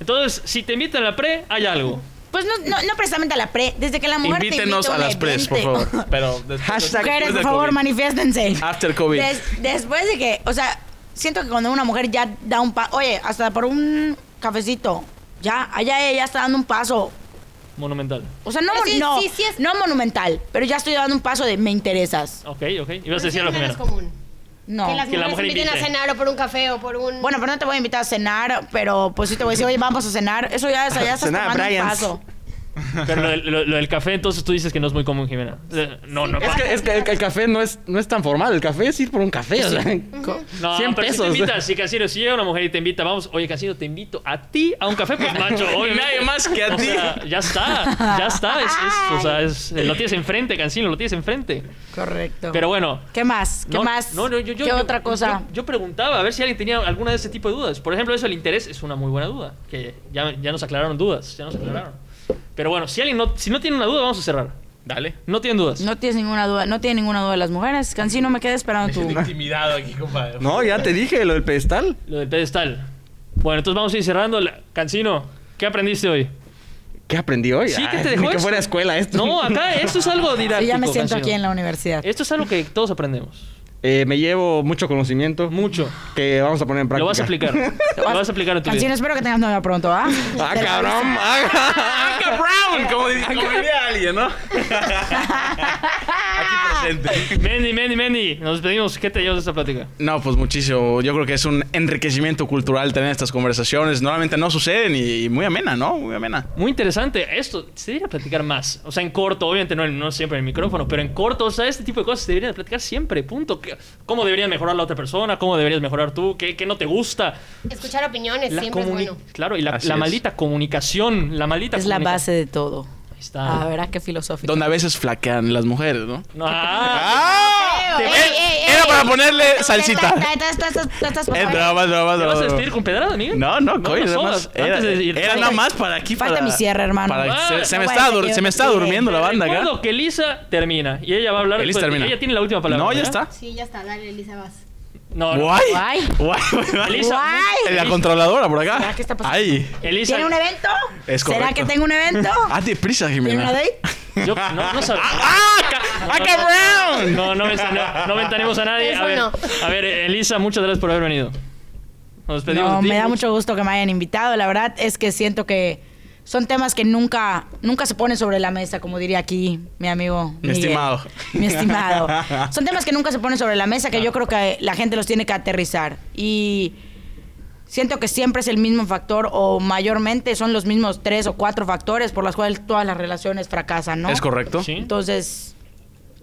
Speaker 1: Entonces, si te invitan a la pre, hay algo.
Speaker 4: Pues no, no, no precisamente a la pre. Desde que la mujer
Speaker 3: Invítenos
Speaker 4: te invita
Speaker 3: a
Speaker 4: un
Speaker 3: las pres, por
Speaker 4: <laughs> evento.
Speaker 3: favor. Pero después-
Speaker 2: Hashtag
Speaker 4: Mujeres,
Speaker 3: después
Speaker 4: por
Speaker 3: del
Speaker 4: favor,
Speaker 3: COVID.
Speaker 4: manifiéstense.
Speaker 1: Ah,
Speaker 3: After COVID.
Speaker 4: Des- después de que, o sea, siento que cuando una mujer ya da un paso, oye, hasta por un cafecito, ya, allá ella ya está dando un paso.
Speaker 1: Monumental.
Speaker 4: O sea, no,
Speaker 5: Pero
Speaker 4: mon-
Speaker 5: sí,
Speaker 4: no,
Speaker 5: sí, sí es-
Speaker 4: no monumental, pero ya estoy dando un paso de me interesas.
Speaker 1: Ok, ok. Ibas a
Speaker 5: Pero sí
Speaker 1: decir lo
Speaker 5: es menos
Speaker 1: primero.
Speaker 5: común.
Speaker 4: No.
Speaker 5: Que las
Speaker 1: Que la
Speaker 5: mujeres
Speaker 1: mujer
Speaker 5: inviten
Speaker 1: invite.
Speaker 5: a cenar o por un café o por un...
Speaker 4: Bueno, pero no te voy a invitar a cenar, pero pues sí te voy a decir, oye, vamos a cenar. Eso ya, eso ya estás
Speaker 2: Cenar a
Speaker 4: tomando un
Speaker 2: Brian's.
Speaker 4: paso.
Speaker 1: Pero lo, del- lo- lo del café, entonces tú dices que no es muy común, Jimena. Eh, No, no.
Speaker 2: Es que, es que el, el café no es, no es tan formal. El café es ir por un café. O sea, co-
Speaker 1: No,
Speaker 2: 100
Speaker 1: pero
Speaker 2: pesos.
Speaker 1: si te invitas, si Casino, si llega una mujer y te invita, vamos, oye Casino, te invito a ti a un café, pues
Speaker 2: <laughs>
Speaker 1: macho, obviamente.
Speaker 3: Nadie más que a
Speaker 1: O
Speaker 3: ti.
Speaker 1: sea, ya está, ya está, es, es- o sea, es- eh, lo tienes enfrente, Cancino, lo tienes enfrente.
Speaker 4: Correcto.
Speaker 1: Pero bueno.
Speaker 4: ¿Qué más? ¿Qué
Speaker 1: no-
Speaker 4: más?
Speaker 1: no, no, yo- yo-
Speaker 4: ¿Qué
Speaker 1: yo-
Speaker 4: otra cosa?
Speaker 1: Yo, yo preguntaba a ver si alguien tenía alguna de ese tipo de dudas. Por ejemplo, eso del interés es una muy buena duda, que ya, ya nos aclararon dudas, ya nos aclararon. Pero bueno, si alguien no, si no tiene una duda, vamos a cerrar.
Speaker 3: Dale.
Speaker 1: No tienen dudas.
Speaker 4: No tienes ninguna duda, no tiene ninguna duda de las mujeres. Cansi, no me quedé esperando tú. <laughs>
Speaker 3: intimidado aquí, compadre.
Speaker 2: No, ya te dije lo del pedestal.
Speaker 1: Lo del pedestal. Bueno, entonces vamos a ir cerrando. La- Cancino, ¿qué aprendiste hoy?
Speaker 2: ¿Qué aprendí hoy?
Speaker 1: Sí, que
Speaker 2: Ay,
Speaker 1: te dejó
Speaker 2: ni que
Speaker 1: esto.
Speaker 2: fuera escuela esto.
Speaker 1: No, acá esto es
Speaker 4: <laughs>
Speaker 1: algo didáctico.
Speaker 4: Sí, ya me siento
Speaker 1: Cancino.
Speaker 4: aquí en la universidad.
Speaker 1: Esto es algo que todos aprendemos.
Speaker 2: <laughs> Eh, me llevo mucho conocimiento.
Speaker 1: Mucho.
Speaker 2: Que vamos a poner en práctica.
Speaker 1: Lo vas a aplicar.
Speaker 4: <laughs>
Speaker 1: Lo vas a aplicar en tu
Speaker 4: Cancino,
Speaker 1: vida.
Speaker 4: espero que tengas novia pronto, ¿ah?
Speaker 2: <laughs> ¡Ah,
Speaker 4: Te
Speaker 1: <laughs>
Speaker 4: la
Speaker 2: cabrón!
Speaker 4: aviso.
Speaker 2: ¡Ah! <laughs>
Speaker 3: ¡Anca Brown! Como, di- como diría
Speaker 1: <laughs>
Speaker 3: alguien, ¿no? aquí presente.
Speaker 1: Mendy, Mendy, Mendy. Nos despedimos. ¿Qué te llevas de esta plática?
Speaker 3: No, pues muchísimo. Yo creo que es un enriquecimiento cultural tener estas conversaciones. Normalmente no suceden y, y muy amena, ¿no? Muy amena.
Speaker 1: Muy interesante. Esto se debería platicar más. O sea, en corto, obviamente no, en- no siempre en el micrófono, pero en corto, o sea, este tipo de cosas se deberían platicar siempre. Punto. ¿Qué- ¿Cómo deberías mejorar la otra persona? ¿Cómo deberías mejorar tú? ¿Qué, qué no te gusta?
Speaker 5: Escuchar opiniones
Speaker 1: La
Speaker 5: siempre es
Speaker 1: comuni-
Speaker 5: bueno.
Speaker 1: Claro, y la,
Speaker 3: Así
Speaker 1: la
Speaker 3: es.
Speaker 1: maldita comunicación. La maldita
Speaker 4: Es la
Speaker 1: comunica-
Speaker 4: base de todo.
Speaker 1: Ahí está.
Speaker 4: Ah, verás qué filosófico.
Speaker 3: Donde a veces flaquean las mujeres, ¿no?
Speaker 1: No, ah,
Speaker 3: ¡Ah!
Speaker 4: Ey,
Speaker 3: Era-
Speaker 4: ey, ey.
Speaker 3: Era para ponerle salsita.
Speaker 4: Ta- ta- ta- ta- ta- ta- ta-
Speaker 3: Eh, drama, drama,
Speaker 1: ¿Te vas a
Speaker 3: drama.
Speaker 1: vestir con pedrada, Miguel?
Speaker 3: No, no, coño,
Speaker 1: nos
Speaker 3: nada
Speaker 1: jodas.
Speaker 3: más. Era,
Speaker 1: Antes de ir-
Speaker 3: era nada más para aquí.
Speaker 4: Falta
Speaker 3: para-
Speaker 4: mi cierre, hermano.
Speaker 1: Ah,
Speaker 3: para- se, se me
Speaker 4: No,
Speaker 3: estaba,
Speaker 4: bueno,
Speaker 3: dur-
Speaker 4: yo-
Speaker 3: se me estaba
Speaker 4: yo-
Speaker 3: durmiendo la banda acá.
Speaker 1: Recuerdo que Lisa termina y ella va a hablar.
Speaker 3: Elisa
Speaker 1: después.
Speaker 3: termina.
Speaker 1: pues, Ella tiene la última palabra.
Speaker 3: No, ya
Speaker 1: ¿verdad?
Speaker 3: está.
Speaker 5: Sí, ya está. Dale, Elisa, vas.
Speaker 1: No, no.
Speaker 3: Guay.
Speaker 4: Guay.
Speaker 3: Guay.
Speaker 1: Elisa,
Speaker 4: Guay.
Speaker 1: muy-
Speaker 3: La controladora por acá.
Speaker 1: Ah,
Speaker 4: ¿Será que está pasando?
Speaker 3: Ay.
Speaker 1: Elisa,
Speaker 4: ¿Tiene un evento?
Speaker 3: Es
Speaker 4: ¿Será
Speaker 3: correcto. Ah,
Speaker 4: que tengo un evento?
Speaker 3: Hazte prisa,
Speaker 4: ¿Tiene una
Speaker 3: Jimena.
Speaker 4: date?
Speaker 1: yo no, no sabía.
Speaker 3: ¡Ah! ca- ¡Ah, cabrón!
Speaker 1: No, no, ventane- no, ventanemos a nadie. A
Speaker 5: Eso
Speaker 1: ver,
Speaker 5: no.
Speaker 1: a ver, Elisa, muchas gracias por haber venido. Nos despedimos.
Speaker 4: No,
Speaker 1: de ti.
Speaker 4: me da mucho gusto que me hayan invitado. La verdad es que siento que son temas que nunca, nunca se ponen sobre la mesa, como diría aquí mi amigo.
Speaker 3: Mi
Speaker 4: Miguel.
Speaker 3: estimado. <laughs>
Speaker 4: Mi estimado. Son temas que nunca se ponen sobre la mesa, que yo creo que la gente los tiene que aterrizar. Y siento que siempre es el mismo factor, o mayormente son los mismos tres o cuatro factores por los cuales todas las relaciones fracasan, ¿no?
Speaker 3: Es correcto.
Speaker 1: Sí.
Speaker 4: Entonces,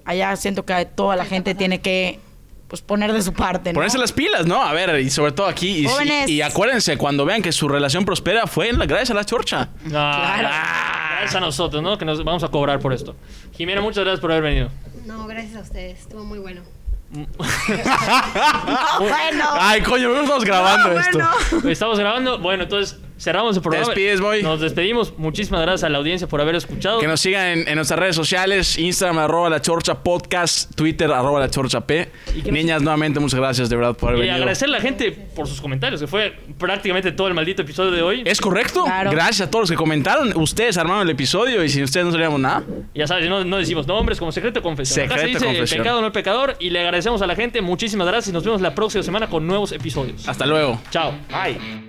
Speaker 4: allá siento que toda la gente tiene que pues, poner de su parte, ¿no?
Speaker 3: Ponerse las pilas, ¿no? A ver, y sobre todo aquí. Y,
Speaker 4: Jóvenes.
Speaker 3: y, y acuérdense, cuando vean que su relación prospera, fue en la, gracias a la
Speaker 4: <laughs>
Speaker 3: chorcha.
Speaker 1: No,
Speaker 4: Claro.
Speaker 1: Gracias a nosotros, ¿no? Que nos vamos a cobrar por esto. Jimena, muchas gracias por haber venido.
Speaker 5: No, gracias a ustedes. Estuvo muy bueno.
Speaker 4: bueno.
Speaker 3: Ay, coño, estamos grabando
Speaker 4: No,
Speaker 3: esto.
Speaker 4: bueno.
Speaker 1: Estamos grabando. Bueno, entonces cerramos el programa.
Speaker 3: despides, boy.
Speaker 1: Nos despedimos. Muchísimas gracias a la audiencia por haber escuchado.
Speaker 3: Que nos sigan en, en nuestras redes sociales, Instagram, arroba la chorcha podcast, Twitter, arroba la chorcha P.
Speaker 1: ¿Y qué nos-
Speaker 3: Niñas, nuevamente, muchas gracias de verdad por haber
Speaker 1: Y
Speaker 3: venido.
Speaker 1: agradecer a la gente por sus comentarios, que fue prácticamente todo el maldito episodio de hoy.
Speaker 3: Es correcto.
Speaker 4: Claro.
Speaker 3: Gracias a todos los que comentaron. Ustedes armaron el episodio y sin ustedes no salíamos nada.
Speaker 1: Ya sabes, no, no decimos nombres, como secreto confesión. Acá se
Speaker 3: Secreto
Speaker 1: dice
Speaker 3: confesión.
Speaker 1: pecado no el pecador. Y le agradecemos a la gente. Muchísimas gracias y nos vemos la próxima semana con nuevos episodios.
Speaker 3: Hasta luego.
Speaker 1: Chao.
Speaker 2: Ay.